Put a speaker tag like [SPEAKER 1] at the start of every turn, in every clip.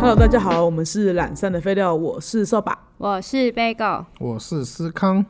[SPEAKER 1] Hello，大家好，我们是懒散的废料，我是扫把。
[SPEAKER 2] 我是 Bagel。
[SPEAKER 3] 我是思康，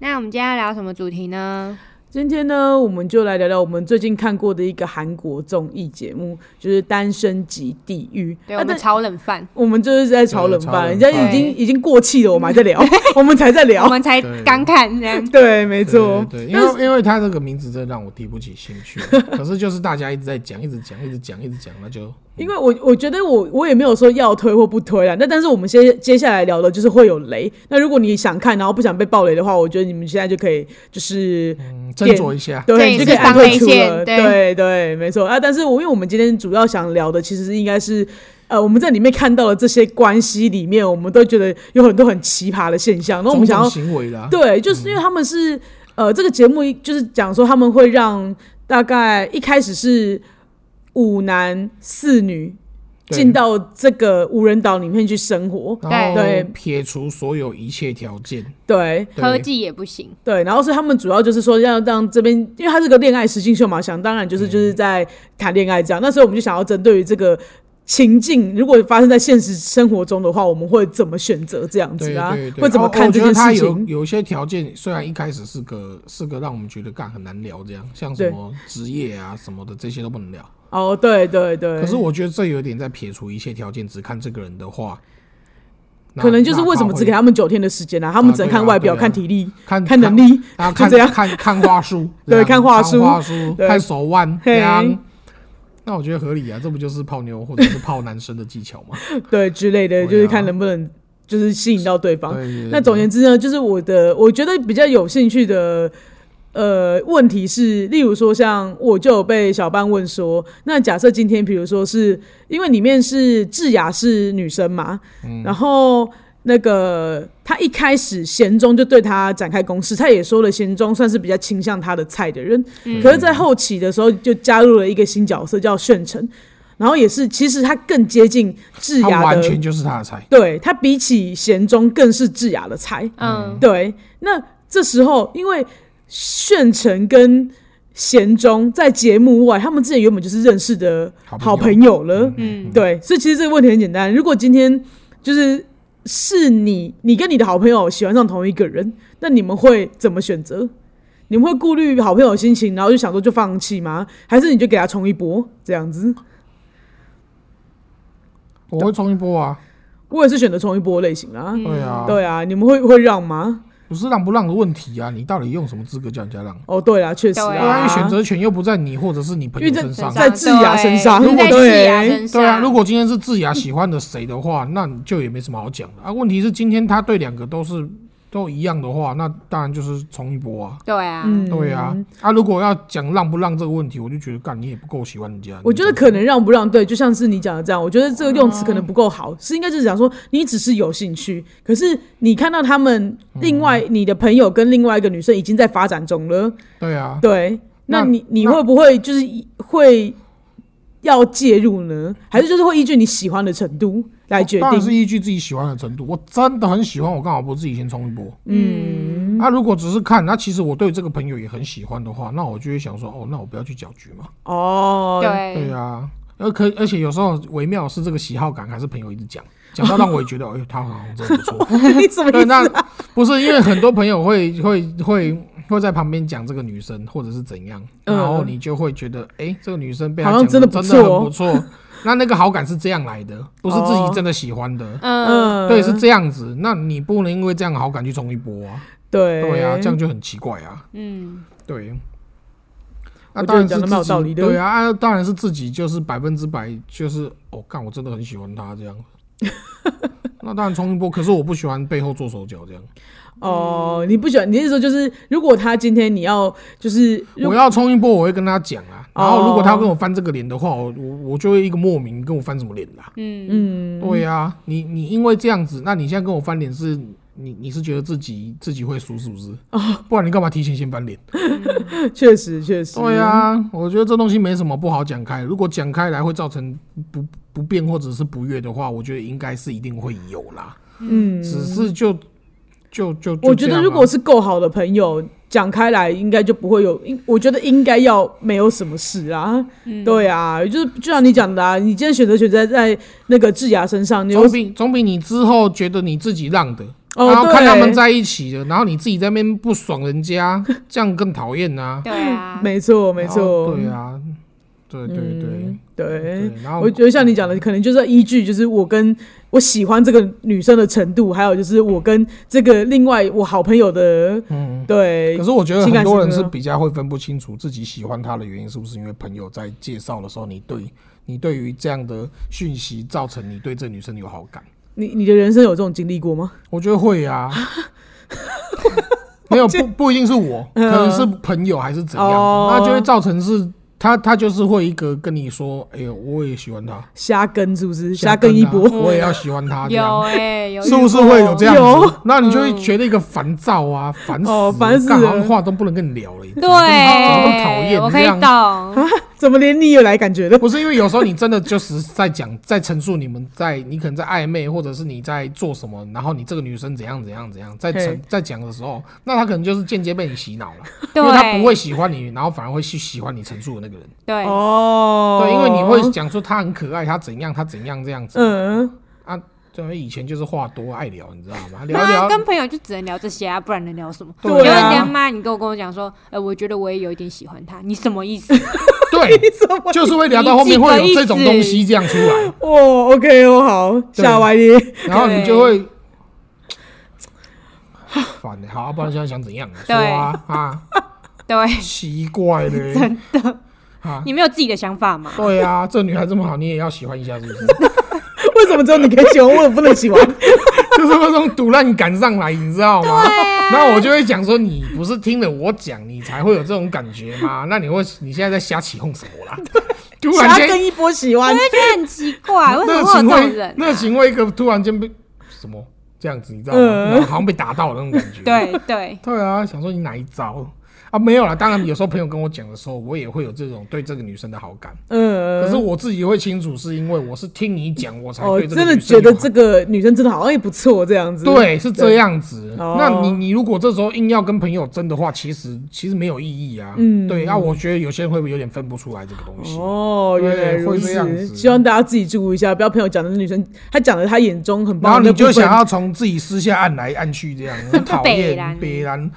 [SPEAKER 2] 那我们今天要聊什么主题呢？
[SPEAKER 1] 今天呢，我们就来聊聊我们最近看过的一个韩国综艺节目，就是《单身即地狱》。
[SPEAKER 2] 对，
[SPEAKER 1] 啊
[SPEAKER 2] 我们
[SPEAKER 1] 但
[SPEAKER 2] 炒冷饭，
[SPEAKER 1] 我们就是在炒冷
[SPEAKER 3] 对炒
[SPEAKER 1] 饭，
[SPEAKER 3] 冷
[SPEAKER 1] 人家已
[SPEAKER 2] 饭
[SPEAKER 1] 经已经过气了，我们还在 聊，我们才在
[SPEAKER 2] 我
[SPEAKER 1] 聊。
[SPEAKER 2] 们才
[SPEAKER 3] 对
[SPEAKER 2] 刚看这样。
[SPEAKER 1] 对，没错。
[SPEAKER 3] 对，对对因为因为他这个名字真的让我提不起兴 趣，可是就是大家一直在讲，一直讲，一直讲，一直讲，那就
[SPEAKER 1] 因为我我觉得我我也没有说要推或不推啦，那但是我们接接下来聊的就是会有雷。那如果你想看，然后不想被暴雷的话，我觉得你们现在就可以就是
[SPEAKER 3] 嗯斟酌一下。
[SPEAKER 2] 这
[SPEAKER 1] 对，
[SPEAKER 2] 也
[SPEAKER 1] 你就可以
[SPEAKER 2] 是
[SPEAKER 1] 按
[SPEAKER 2] 防
[SPEAKER 1] 退
[SPEAKER 2] 雷
[SPEAKER 1] 出
[SPEAKER 2] 线
[SPEAKER 1] 了。
[SPEAKER 2] 对
[SPEAKER 1] 对对，没错啊。但是我因为我们今天主要想聊的，其实应该是呃，我们在里面看到了这些关系里面，我们都觉得有很多很奇葩的现象。那我们想
[SPEAKER 3] 种
[SPEAKER 1] 要
[SPEAKER 3] 种行为啦，
[SPEAKER 1] 对，就是因为他们是、呃，这个节目就是讲说他们会让大概一开始是五男四女
[SPEAKER 3] 对
[SPEAKER 1] 进到这个无人岛里面去生活，
[SPEAKER 3] 然
[SPEAKER 1] 对
[SPEAKER 3] 后撇除所有一切条件，
[SPEAKER 1] 对，
[SPEAKER 3] 对
[SPEAKER 2] 科技也不行，
[SPEAKER 1] 对，然后所以他们主要就是说要让这边，因为它是个恋爱实境秀嘛，想当然就是就是在谈恋爱这样。那所以我们就想要针对于这个情境，如果发生在现实生活中的话，我们会怎么选择这样子
[SPEAKER 3] 对
[SPEAKER 1] 啊
[SPEAKER 3] 对？对，
[SPEAKER 1] 会怎么
[SPEAKER 3] 哦
[SPEAKER 1] 看
[SPEAKER 3] 我
[SPEAKER 1] 这
[SPEAKER 3] 觉得
[SPEAKER 1] 件
[SPEAKER 3] 他
[SPEAKER 1] 事
[SPEAKER 3] 有
[SPEAKER 1] 情？
[SPEAKER 3] 有一些条件，虽然一开始是个是个让我们觉得干很难聊这样，像什
[SPEAKER 1] 对
[SPEAKER 3] 么职业啊什么的这些都不能聊。
[SPEAKER 1] 哦，对对对，
[SPEAKER 3] 可是我觉得这有点在撇除一切条件，只看这个人的话，那
[SPEAKER 1] 可能就是
[SPEAKER 3] 那
[SPEAKER 1] 为什么只给他们九天的时间啊？他们只能看外表、
[SPEAKER 3] 对啊对啊
[SPEAKER 1] 看体力、
[SPEAKER 3] 看
[SPEAKER 1] 看能 力，
[SPEAKER 3] 啊，
[SPEAKER 1] 就
[SPEAKER 3] 看
[SPEAKER 1] 这样。，
[SPEAKER 3] 看看话术
[SPEAKER 1] 对
[SPEAKER 3] 这样
[SPEAKER 1] 看话术
[SPEAKER 3] 看话术，
[SPEAKER 1] 对
[SPEAKER 3] 看手腕，
[SPEAKER 1] 嘿
[SPEAKER 3] 这样。那我觉得合理啊，这不就是泡妞或者是泡男生的技巧 吗？
[SPEAKER 1] 对之类的，
[SPEAKER 3] 对啊
[SPEAKER 1] 就是看能不能就是吸引到对方。
[SPEAKER 3] 对啊
[SPEAKER 1] 那总而言之呢，就是我的我觉得比较有兴趣的呃问题是，例如说像我就有被小班问说，那假设今天比如说是因为里面是智雅是女生嘛，
[SPEAKER 3] 嗯
[SPEAKER 1] 然后。那个他一开始贤忠就对他展开攻势，他也说了贤忠算是比较倾向他的菜的人，
[SPEAKER 2] 嗯
[SPEAKER 1] 可是，在后期的时候就加入了一个新角色叫炫成，然后也是其实他更接近智
[SPEAKER 3] 他
[SPEAKER 1] 雅
[SPEAKER 3] 完
[SPEAKER 1] 的，
[SPEAKER 3] 全就是他的菜，
[SPEAKER 1] 对他比起贤忠更是智雅的菜，
[SPEAKER 2] 嗯，
[SPEAKER 1] 对，那这时候因为炫成跟贤忠在节目外，他们之前原本就是认识的好
[SPEAKER 3] 好朋
[SPEAKER 1] 朋友了，
[SPEAKER 2] 嗯
[SPEAKER 1] 对，所以其实这个问题很简单，如果今天就是是你，你跟你的好朋友喜欢上同一个人，那你们会怎么选择？你们会顾虑好朋友的心情，然后就想说就放弃吗？还是你就给他冲一波这样子？
[SPEAKER 3] 我会冲一波啊，
[SPEAKER 1] 我也是选择冲一波类型啦。
[SPEAKER 3] 对啊，
[SPEAKER 1] 对啊，你们会会让吗？
[SPEAKER 3] 不是让不让的问题啊，你到底用什么资格叫人家让？
[SPEAKER 1] 哦，对啦，确实
[SPEAKER 2] 对
[SPEAKER 3] 对啊，因
[SPEAKER 1] 啦，
[SPEAKER 3] 为选择权又不在你或者是你朋
[SPEAKER 1] 因
[SPEAKER 3] 友
[SPEAKER 1] 为这
[SPEAKER 3] 身上
[SPEAKER 1] 在。智雅身上
[SPEAKER 2] 对
[SPEAKER 1] 如果
[SPEAKER 2] 在智雅
[SPEAKER 1] 对
[SPEAKER 2] 身上，
[SPEAKER 3] 对啊，如果今天是智雅喜欢的谁的话，那你就也没什么好讲的啊。问题是今天他对两个都是都一样的话，那当然就是冲一波啊。
[SPEAKER 2] 对啊，
[SPEAKER 1] 嗯，
[SPEAKER 3] 对啊，啊，如果要讲让不让这个问题，我就觉得干你也不够喜欢人家。
[SPEAKER 1] 我觉得
[SPEAKER 3] 你
[SPEAKER 1] 可能让不让对，就像是你讲的这样，我觉得这个用词可能不够好，是应该就是讲说你只是有兴趣，可是你看到他们另外、你的朋友跟另外一个女生已经在发展中了，
[SPEAKER 3] 对啊，
[SPEAKER 1] 对，那
[SPEAKER 3] 那
[SPEAKER 1] 你你
[SPEAKER 3] 那
[SPEAKER 1] 会不会就是会要介入呢？还是就是会依据你喜欢的程度来决
[SPEAKER 3] 哦当然是
[SPEAKER 1] 定？
[SPEAKER 3] 依据自己喜欢的程度。我真的很喜欢，我干嘛不自己先冲一波？
[SPEAKER 1] 嗯，
[SPEAKER 3] 那、如果只是看，那其实我对这个朋友也很喜欢的话，那我就会想说，哦，那我不要去搅局嘛。
[SPEAKER 1] 哦，
[SPEAKER 3] 对
[SPEAKER 2] 对，
[SPEAKER 3] 啊，而可而且有时候微妙的是这个喜好感，还是朋友一直讲，讲到让我也觉得，哎呦，他好像真的不错。
[SPEAKER 1] 你 什么
[SPEAKER 3] 对，
[SPEAKER 1] 意思啊
[SPEAKER 3] 那？不是因为很多朋友会会会会在旁边讲这个女生或者是怎样，
[SPEAKER 1] 嗯
[SPEAKER 3] 然后你就会觉得，哎、这个女生被
[SPEAKER 1] 好
[SPEAKER 3] 他
[SPEAKER 1] 像
[SPEAKER 3] 讲
[SPEAKER 1] 真的
[SPEAKER 3] 的
[SPEAKER 1] 不
[SPEAKER 3] 真
[SPEAKER 1] 错
[SPEAKER 3] 的
[SPEAKER 1] 哦
[SPEAKER 3] 很不错，那那个好感是这样来的，不是自己真的喜欢的。
[SPEAKER 2] 嗯，
[SPEAKER 1] 嗯，
[SPEAKER 3] 对，是这样子。那你不能因为这样的好感去冲一波啊！
[SPEAKER 1] 对
[SPEAKER 3] 对啊，这样就很奇怪啊。
[SPEAKER 2] 嗯，
[SPEAKER 3] 对，
[SPEAKER 1] 我
[SPEAKER 3] 那
[SPEAKER 1] 觉得
[SPEAKER 3] 当然是
[SPEAKER 1] 讲得蛮有
[SPEAKER 3] 自己
[SPEAKER 1] 道理的
[SPEAKER 3] 对啊，啊当然是自己就是百分之百就是，哦，干，我真的很喜欢他这 样。那当然冲一波，可是我不喜欢背后做手脚这样。
[SPEAKER 1] 哦，你不喜欢，你是说就是如果他今天你要就是如
[SPEAKER 3] 我要冲一波，我会跟他讲啊。然后如果他
[SPEAKER 1] 哦
[SPEAKER 3] 跟我翻这个脸的话，我我我就会一个莫名跟我翻什么脸啦。
[SPEAKER 2] 嗯，
[SPEAKER 1] 嗯
[SPEAKER 3] 对啊，你你因为这样子，那你现在跟我翻脸是，你你是觉得自己自己会输是不是？
[SPEAKER 1] 哦
[SPEAKER 3] 不然你干嘛提前先翻脸？
[SPEAKER 1] 确实确实，
[SPEAKER 3] 对啊，我觉得这东西没什么不好讲开。如果讲开来会造成不不便或者是不悦的话，我觉得应该是一定会有啦。
[SPEAKER 1] 嗯，
[SPEAKER 3] 只是就就就就
[SPEAKER 1] 我觉
[SPEAKER 3] 这
[SPEAKER 1] 得
[SPEAKER 3] 样啊
[SPEAKER 1] 如果是够好的朋友，讲开来，应该就不会有，应我觉得应该要没有什么事啊。
[SPEAKER 3] 嗯
[SPEAKER 1] 对啊，就是就像你讲的啊，你今天选择权在在那个智雅身上，你有
[SPEAKER 3] 总比总比你之后觉得你自己让的，
[SPEAKER 1] 哦
[SPEAKER 3] 然后
[SPEAKER 1] 对，
[SPEAKER 3] 看他们在一起了，然后你自己在那边不爽人家，这样更讨厌呐。
[SPEAKER 2] 对啊，
[SPEAKER 3] 嗯
[SPEAKER 1] 没错没
[SPEAKER 3] 然后
[SPEAKER 1] 错，
[SPEAKER 3] 对啊，对对对
[SPEAKER 1] 对。
[SPEAKER 3] 对，然后
[SPEAKER 1] 我觉得像你讲的，可能就是要依据就是我跟我喜欢这个女生的程度，还有就是我跟这个另外我好朋友的，
[SPEAKER 3] 嗯。
[SPEAKER 1] 对
[SPEAKER 3] 可，是我觉得
[SPEAKER 1] 情感
[SPEAKER 3] 很多人
[SPEAKER 1] 是不一
[SPEAKER 3] 是
[SPEAKER 1] 样
[SPEAKER 3] 比较会分不清楚自己喜欢他的原因，是不是因为朋友在介绍的时候，你对你对于这样的讯息造成你对这女生有好感？
[SPEAKER 1] 你你的人生有这种经历过吗？
[SPEAKER 3] 我觉得会 啊，没有不不一定是我，可
[SPEAKER 1] 嗯
[SPEAKER 3] 能是朋友还是怎样，
[SPEAKER 1] 哦
[SPEAKER 3] 那就会造成是他他就是会一个跟你说，哎呦，我也喜欢他，
[SPEAKER 1] 瞎跟是不是？
[SPEAKER 3] 瞎
[SPEAKER 1] 瞎
[SPEAKER 3] 跟
[SPEAKER 1] 跟一
[SPEAKER 3] 啊
[SPEAKER 1] 波，
[SPEAKER 3] 我也要喜欢他，这
[SPEAKER 2] 有
[SPEAKER 3] 样
[SPEAKER 2] 哎，有嗯
[SPEAKER 3] 是不是会有这样
[SPEAKER 1] 有
[SPEAKER 3] 子？那你就会觉得一个烦躁啊，烦死了，
[SPEAKER 1] 哦烦死
[SPEAKER 3] 干
[SPEAKER 1] 了
[SPEAKER 3] 好像话都不能跟你聊了，
[SPEAKER 2] 对，
[SPEAKER 3] 对么讨厌
[SPEAKER 2] 我可以
[SPEAKER 3] 这样
[SPEAKER 2] 懂，
[SPEAKER 1] 怎么连你也来感觉的？
[SPEAKER 3] 不是因为有时候你真的就是在讲，在陈述你们在你可能在暧昧，或者是你在做什么，然后你这个女生怎样怎样怎样，在陈
[SPEAKER 1] 嘿
[SPEAKER 3] 在讲的时候，那她可能就是间接被你洗脑了，因为她不会
[SPEAKER 2] 对
[SPEAKER 3] 喜欢你，然后反而会去喜欢你陈述的那个人。
[SPEAKER 2] 对，
[SPEAKER 1] 哦，
[SPEAKER 3] 对，因为你会，讲出她很可爱，她怎样，她怎样这样子。
[SPEAKER 1] 嗯，
[SPEAKER 3] 对，以前就是话多爱聊，你知道吗？聊一
[SPEAKER 2] 那
[SPEAKER 3] 聊，
[SPEAKER 2] 跟朋友就只能聊这些啊，不然能聊什么？
[SPEAKER 1] 对
[SPEAKER 2] 聊
[SPEAKER 1] 啊
[SPEAKER 2] 人家妈，你跟我跟我讲说，呃，我觉得我也有一点喜欢他，你什么意思？
[SPEAKER 3] 对，
[SPEAKER 1] 你怎么
[SPEAKER 3] 就是会聊到后面会有这种东西这样出来，
[SPEAKER 1] 哦？OK 哦，好，
[SPEAKER 3] 对
[SPEAKER 1] 吓歪你。
[SPEAKER 3] 然后你就会烦的。好，啊不然现在想怎样？说啊啊。
[SPEAKER 2] 对，
[SPEAKER 3] 奇怪嘞，真的啊，
[SPEAKER 2] 你没有自己的想法吗？
[SPEAKER 3] 对啊，这女孩这么好，你也要喜欢一下是不是？
[SPEAKER 1] 为什么只有你可以喜欢，我也不能喜欢？
[SPEAKER 3] 就是那种赌烂感上来，你知道
[SPEAKER 2] 啊
[SPEAKER 3] 吗？那我就会讲说，你不是听了我讲，你才会有这种感觉吗？那你会你现在在瞎起哄什么啦？突然
[SPEAKER 1] 瞎
[SPEAKER 3] 间
[SPEAKER 1] 跟一波喜欢
[SPEAKER 2] 我，就觉得很奇怪，为什
[SPEAKER 3] 热
[SPEAKER 2] 么会有
[SPEAKER 3] 情
[SPEAKER 2] 这种
[SPEAKER 3] 会
[SPEAKER 2] 人？啊
[SPEAKER 3] 热情会一个突然间被什么这样子，你知道吗？
[SPEAKER 1] 嗯
[SPEAKER 3] 然后好像被打到的那种感觉。
[SPEAKER 2] 对对，
[SPEAKER 3] 对啊，想说你哪一招啊？没有啦，当然有时候朋友跟我讲的时候，我也会有这种对这个女生的好感。
[SPEAKER 1] 嗯，
[SPEAKER 3] 可是我自己会清楚，是因为我是听你讲，我才
[SPEAKER 1] 哦，
[SPEAKER 3] 对这个
[SPEAKER 1] 真的
[SPEAKER 3] 女生
[SPEAKER 1] 觉
[SPEAKER 3] 有
[SPEAKER 1] 得
[SPEAKER 3] 好
[SPEAKER 1] 这个女生真的好像也不错，这样子。
[SPEAKER 3] 对是这样子。
[SPEAKER 1] 哦
[SPEAKER 3] 那你你如果这时候硬要跟朋友争的话，其实其实没有意义啊。
[SPEAKER 1] 嗯
[SPEAKER 3] 对啊，我觉得有些人会不会有点分不出来这个东西？
[SPEAKER 1] 哦，
[SPEAKER 3] 对
[SPEAKER 1] 原来如
[SPEAKER 3] 会这样
[SPEAKER 1] 此。
[SPEAKER 3] 子
[SPEAKER 1] 希望大家自己注意一下，不要朋友讲的女生，她讲的她眼中很
[SPEAKER 3] 然后
[SPEAKER 1] 棒的
[SPEAKER 3] 你
[SPEAKER 1] 部分，
[SPEAKER 3] 就 想要从自己私下按来按去，这样很讨
[SPEAKER 2] 北
[SPEAKER 3] 厌
[SPEAKER 2] 兰
[SPEAKER 3] 别人。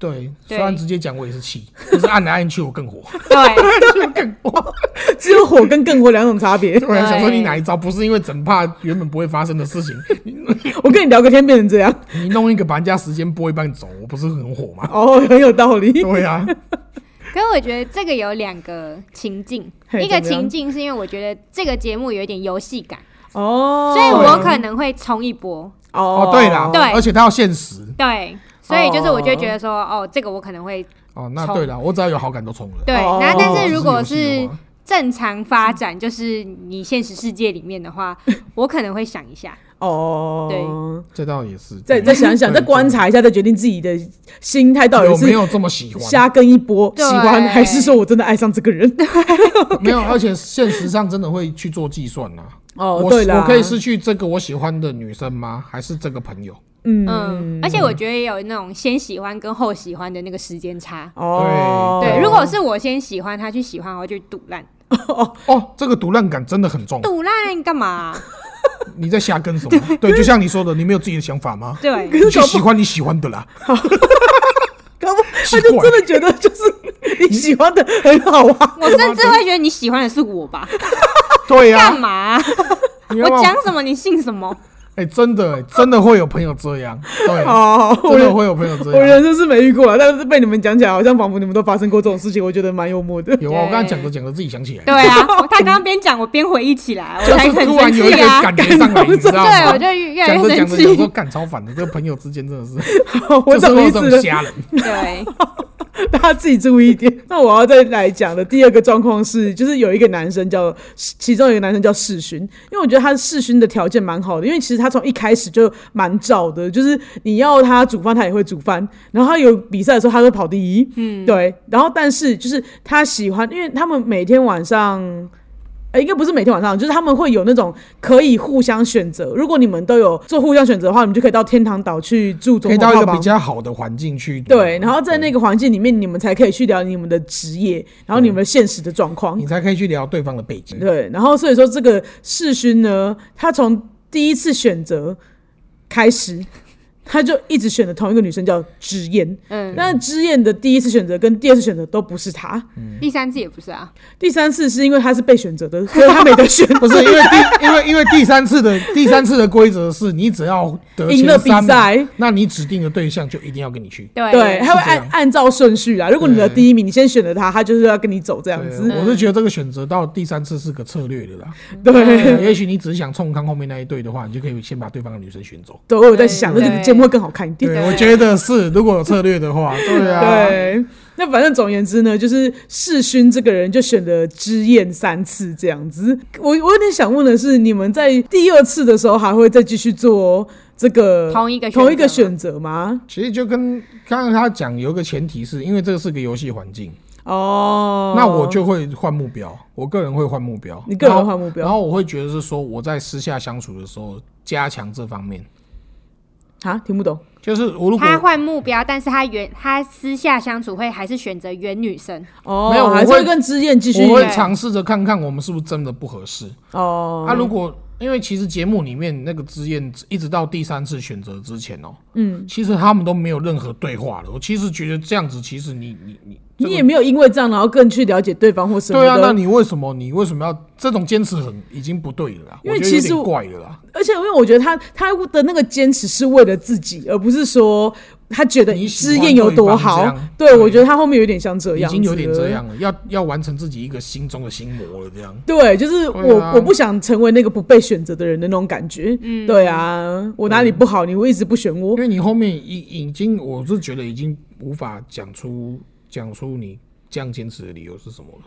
[SPEAKER 3] 对，虽
[SPEAKER 2] 对
[SPEAKER 3] 然直接讲我也是气，可是按来按去我更火，
[SPEAKER 2] 对，
[SPEAKER 3] 就更火。
[SPEAKER 1] 只有火跟更火两种差别。
[SPEAKER 3] 突然想说你哪一招？不是因为整怕原本不会发生的 事情，
[SPEAKER 1] 我跟你聊个天变成这样，
[SPEAKER 3] 你弄一个把人家时间拨一半走，我不是很火 吗？
[SPEAKER 1] 哦，很有道理。
[SPEAKER 3] 对啊，
[SPEAKER 2] 可是我觉得这个有两个情境，
[SPEAKER 1] 嘿
[SPEAKER 2] 一个
[SPEAKER 1] 怎么样
[SPEAKER 2] 情境是因为我觉得这个节目有一点游戏感，
[SPEAKER 1] 哦，
[SPEAKER 2] 所以我可能会冲一波，
[SPEAKER 1] 哦
[SPEAKER 3] 哦，对啦，
[SPEAKER 2] 对
[SPEAKER 3] 而且他要限时
[SPEAKER 2] 对，所以就是我就会觉得说，哦，这个我可能会
[SPEAKER 3] 哦，那
[SPEAKER 2] 冲
[SPEAKER 3] 对啦，我只要有好感都冲了。
[SPEAKER 2] 对，
[SPEAKER 1] 哦
[SPEAKER 2] 然后但是如果
[SPEAKER 3] 只有游戏
[SPEAKER 2] 是
[SPEAKER 3] 的话
[SPEAKER 2] 正常发展，就是你现实世界里面 的话，我可能会想一下，
[SPEAKER 1] 哦，
[SPEAKER 3] 这倒也是，
[SPEAKER 1] 再
[SPEAKER 3] 对
[SPEAKER 1] 再想想， 再
[SPEAKER 3] 对
[SPEAKER 1] 观察一下，再决定自己的心态到底
[SPEAKER 3] 有没
[SPEAKER 1] 是
[SPEAKER 3] 有这么喜欢？
[SPEAKER 1] 瞎跟一波喜
[SPEAKER 2] 对
[SPEAKER 1] 欢，还是说我真的爱上这个人？
[SPEAKER 3] 没有，而且现实上真的会去做计算呐。
[SPEAKER 1] 哦，
[SPEAKER 3] 我
[SPEAKER 1] 对啦，
[SPEAKER 3] 我可以失去这个我喜欢的女生吗？还是这个朋友？
[SPEAKER 2] 嗯，
[SPEAKER 1] 嗯，
[SPEAKER 2] 而且我觉得也有那种先喜欢跟后喜欢的那个时间差。
[SPEAKER 1] 哦，
[SPEAKER 2] 对，如果是我先喜欢他去喜欢，我就赌烂，
[SPEAKER 3] 哦，这个独烂感真的很重。
[SPEAKER 2] 赌烂干嘛、
[SPEAKER 3] 你在瞎跟什么？对，就像你说的，你没有自己的想法吗？
[SPEAKER 2] 对，
[SPEAKER 1] 可
[SPEAKER 3] 你
[SPEAKER 1] 是
[SPEAKER 3] 就
[SPEAKER 1] 搞
[SPEAKER 3] 喜欢你喜欢 的啦。
[SPEAKER 1] 搞不好他
[SPEAKER 3] 奇
[SPEAKER 1] 就
[SPEAKER 3] 怪
[SPEAKER 1] 真的觉得 就是你喜欢的很好啊。
[SPEAKER 2] 我甚至会觉得你喜欢的是我吧？
[SPEAKER 3] 对 呀、
[SPEAKER 2] 干嘛啊、
[SPEAKER 3] 你要不
[SPEAKER 2] 我
[SPEAKER 3] 要
[SPEAKER 2] 讲什么你信什 么？
[SPEAKER 3] 哎、真的、哎真的会有朋友这样，对，
[SPEAKER 1] 哦，我
[SPEAKER 3] 真的
[SPEAKER 1] 人
[SPEAKER 3] 会有朋友
[SPEAKER 1] 我
[SPEAKER 3] 这样。
[SPEAKER 1] 人生是没遇过啊，但是被你们讲起来，好像仿佛你们都发生过这种事情，我觉得蛮幽默 的。
[SPEAKER 3] 有啊，我刚才讲着讲着自己想起来，
[SPEAKER 2] 对啊，我他刚刚边讲我边回忆起来，我
[SPEAKER 3] 就
[SPEAKER 2] 才
[SPEAKER 3] 是
[SPEAKER 2] 很
[SPEAKER 3] 突然
[SPEAKER 2] 生
[SPEAKER 3] 有一
[SPEAKER 2] 气
[SPEAKER 3] 个
[SPEAKER 2] 啊。
[SPEAKER 3] 感觉上来，你知道
[SPEAKER 2] 对，
[SPEAKER 3] 吗
[SPEAKER 2] 我？就越来
[SPEAKER 3] 讲着
[SPEAKER 2] 越
[SPEAKER 3] 讲
[SPEAKER 2] 生
[SPEAKER 3] 着讲说
[SPEAKER 2] 气。
[SPEAKER 3] 干超烦的，这个朋友之间真的是，
[SPEAKER 1] 我
[SPEAKER 3] 就是
[SPEAKER 1] 懂
[SPEAKER 3] 会有
[SPEAKER 1] 意
[SPEAKER 3] 这
[SPEAKER 1] 思
[SPEAKER 3] 种
[SPEAKER 1] 了，
[SPEAKER 3] 瞎人。
[SPEAKER 2] 对，
[SPEAKER 1] 大家自己注意一点。那我要再来讲的第二个状况是，就是有一个男生叫，其中有一个男生叫世勋，因为我觉得他世勋的条件蛮好的，因为其实他从一开始就蛮照的，就是你要他煮饭，他也会煮饭，然后他有比赛的时候，他会跑第一，嗯，对。然后但是就是他喜欢，因为他们每天晚上。呃，应该不是每天晚上，就是他们会有那种可以互相选择。如果你们都有做互相选择的话，你们就可以到天堂岛去住总
[SPEAKER 3] 可以
[SPEAKER 1] 统
[SPEAKER 3] 到
[SPEAKER 1] 套
[SPEAKER 3] 一个
[SPEAKER 1] 房
[SPEAKER 3] 比。较好的环境去。
[SPEAKER 1] 对，然后在那个环境里面，你们才可以去聊你们的职业，然后你们的现实的状况
[SPEAKER 3] 你。才可以去聊对方的背景。
[SPEAKER 1] 对，然后所以说这个世勋呢，他从第一次选择开始，他就一直选的同一个女生叫知燕。
[SPEAKER 2] 嗯，
[SPEAKER 1] 但知燕的第一次选择跟第二次选择都不是他，
[SPEAKER 3] 嗯
[SPEAKER 2] 第三次也不是啊，
[SPEAKER 1] 第三次是因为他是被选择的，所以他没得选。
[SPEAKER 3] 不是因为第因为因为第三次的第三次的规则是你只要得
[SPEAKER 1] 赢了
[SPEAKER 3] 前三
[SPEAKER 1] 比
[SPEAKER 3] 名
[SPEAKER 1] 赛，
[SPEAKER 3] 那你指定的对象就一定要跟你去。
[SPEAKER 2] 对
[SPEAKER 1] 对，他会
[SPEAKER 3] 这样
[SPEAKER 1] 按按照顺序啊。如果你的第一名，你先选了他，他就是要跟你走这样子。嗯
[SPEAKER 3] 对我是觉得这个选择到第三次是个策略的啦。
[SPEAKER 1] 对，
[SPEAKER 3] 对也啊许你只想冲康后面那一队的话，你就可以先把对方的女生选走。
[SPEAKER 1] 对，我有在想，这
[SPEAKER 2] 对
[SPEAKER 1] 个节目会更好看一点。
[SPEAKER 3] 对，我觉得是，如果有策略的 话，对啊，
[SPEAKER 1] 对，那反正总而言之呢，就是世勋这个人就选了知燕三次这样子。我我有点想问的是，你们在第二次的时候还会再继续做这个
[SPEAKER 2] 同一个选择
[SPEAKER 1] 同一个选择吗？
[SPEAKER 3] 其实就跟刚刚他讲有一个前提是，因为这个是个游戏环境，
[SPEAKER 1] 哦，
[SPEAKER 3] 那我就会换目标，我个人会换目标，
[SPEAKER 1] 你个人会换目标
[SPEAKER 3] 然后然后我会觉得是说我在私下相处的时候加强这方面，
[SPEAKER 1] 啊听不懂
[SPEAKER 3] 就是我如果
[SPEAKER 2] 他换目标，但是他原他私下相处会还是选择原女生，
[SPEAKER 1] 哦，
[SPEAKER 3] 没有我
[SPEAKER 1] 还是
[SPEAKER 3] 会
[SPEAKER 1] 会跟知燕继续哎
[SPEAKER 3] 我会尝试着看看我们是不是真的不合适。
[SPEAKER 1] 哦。
[SPEAKER 3] 啊，如果因为其实节目里面那个知燕一直到第三次选择之前哦，嗯，其实他们都没有任何对话了。我其实觉得这样子，其实你你你这
[SPEAKER 1] 你
[SPEAKER 3] 个
[SPEAKER 1] 也没有因为这样，然后更去了解对方或什么的。
[SPEAKER 3] 对啊，那你为什么你为什么要这种坚持很已经不对了啦？
[SPEAKER 1] 因为
[SPEAKER 3] 我觉得
[SPEAKER 1] 其
[SPEAKER 3] 有
[SPEAKER 1] 实
[SPEAKER 3] 点
[SPEAKER 1] 我
[SPEAKER 3] 怪了啦。
[SPEAKER 1] 而且因为我觉得他他的那个坚持是为了自己，而不是说他觉得
[SPEAKER 3] 你喜
[SPEAKER 1] 知
[SPEAKER 3] 欢
[SPEAKER 1] 燕有多
[SPEAKER 3] 对
[SPEAKER 1] 好
[SPEAKER 3] 方这样。
[SPEAKER 1] 对，我觉得他后面有点像这
[SPEAKER 3] 已
[SPEAKER 1] 样，
[SPEAKER 3] 经有点这。样了，要要完成自己一个心中的心魔了，这样。
[SPEAKER 1] 对，就是
[SPEAKER 3] 对
[SPEAKER 1] 我、
[SPEAKER 3] 啊
[SPEAKER 1] 我不想成为那个不被选择的人的那种感觉。嗯，对啊，我哪里不好，你会一直不选我
[SPEAKER 3] 因。为你后面已已经，我是觉得已经无法讲出讲出你这样坚持的理由是什么了。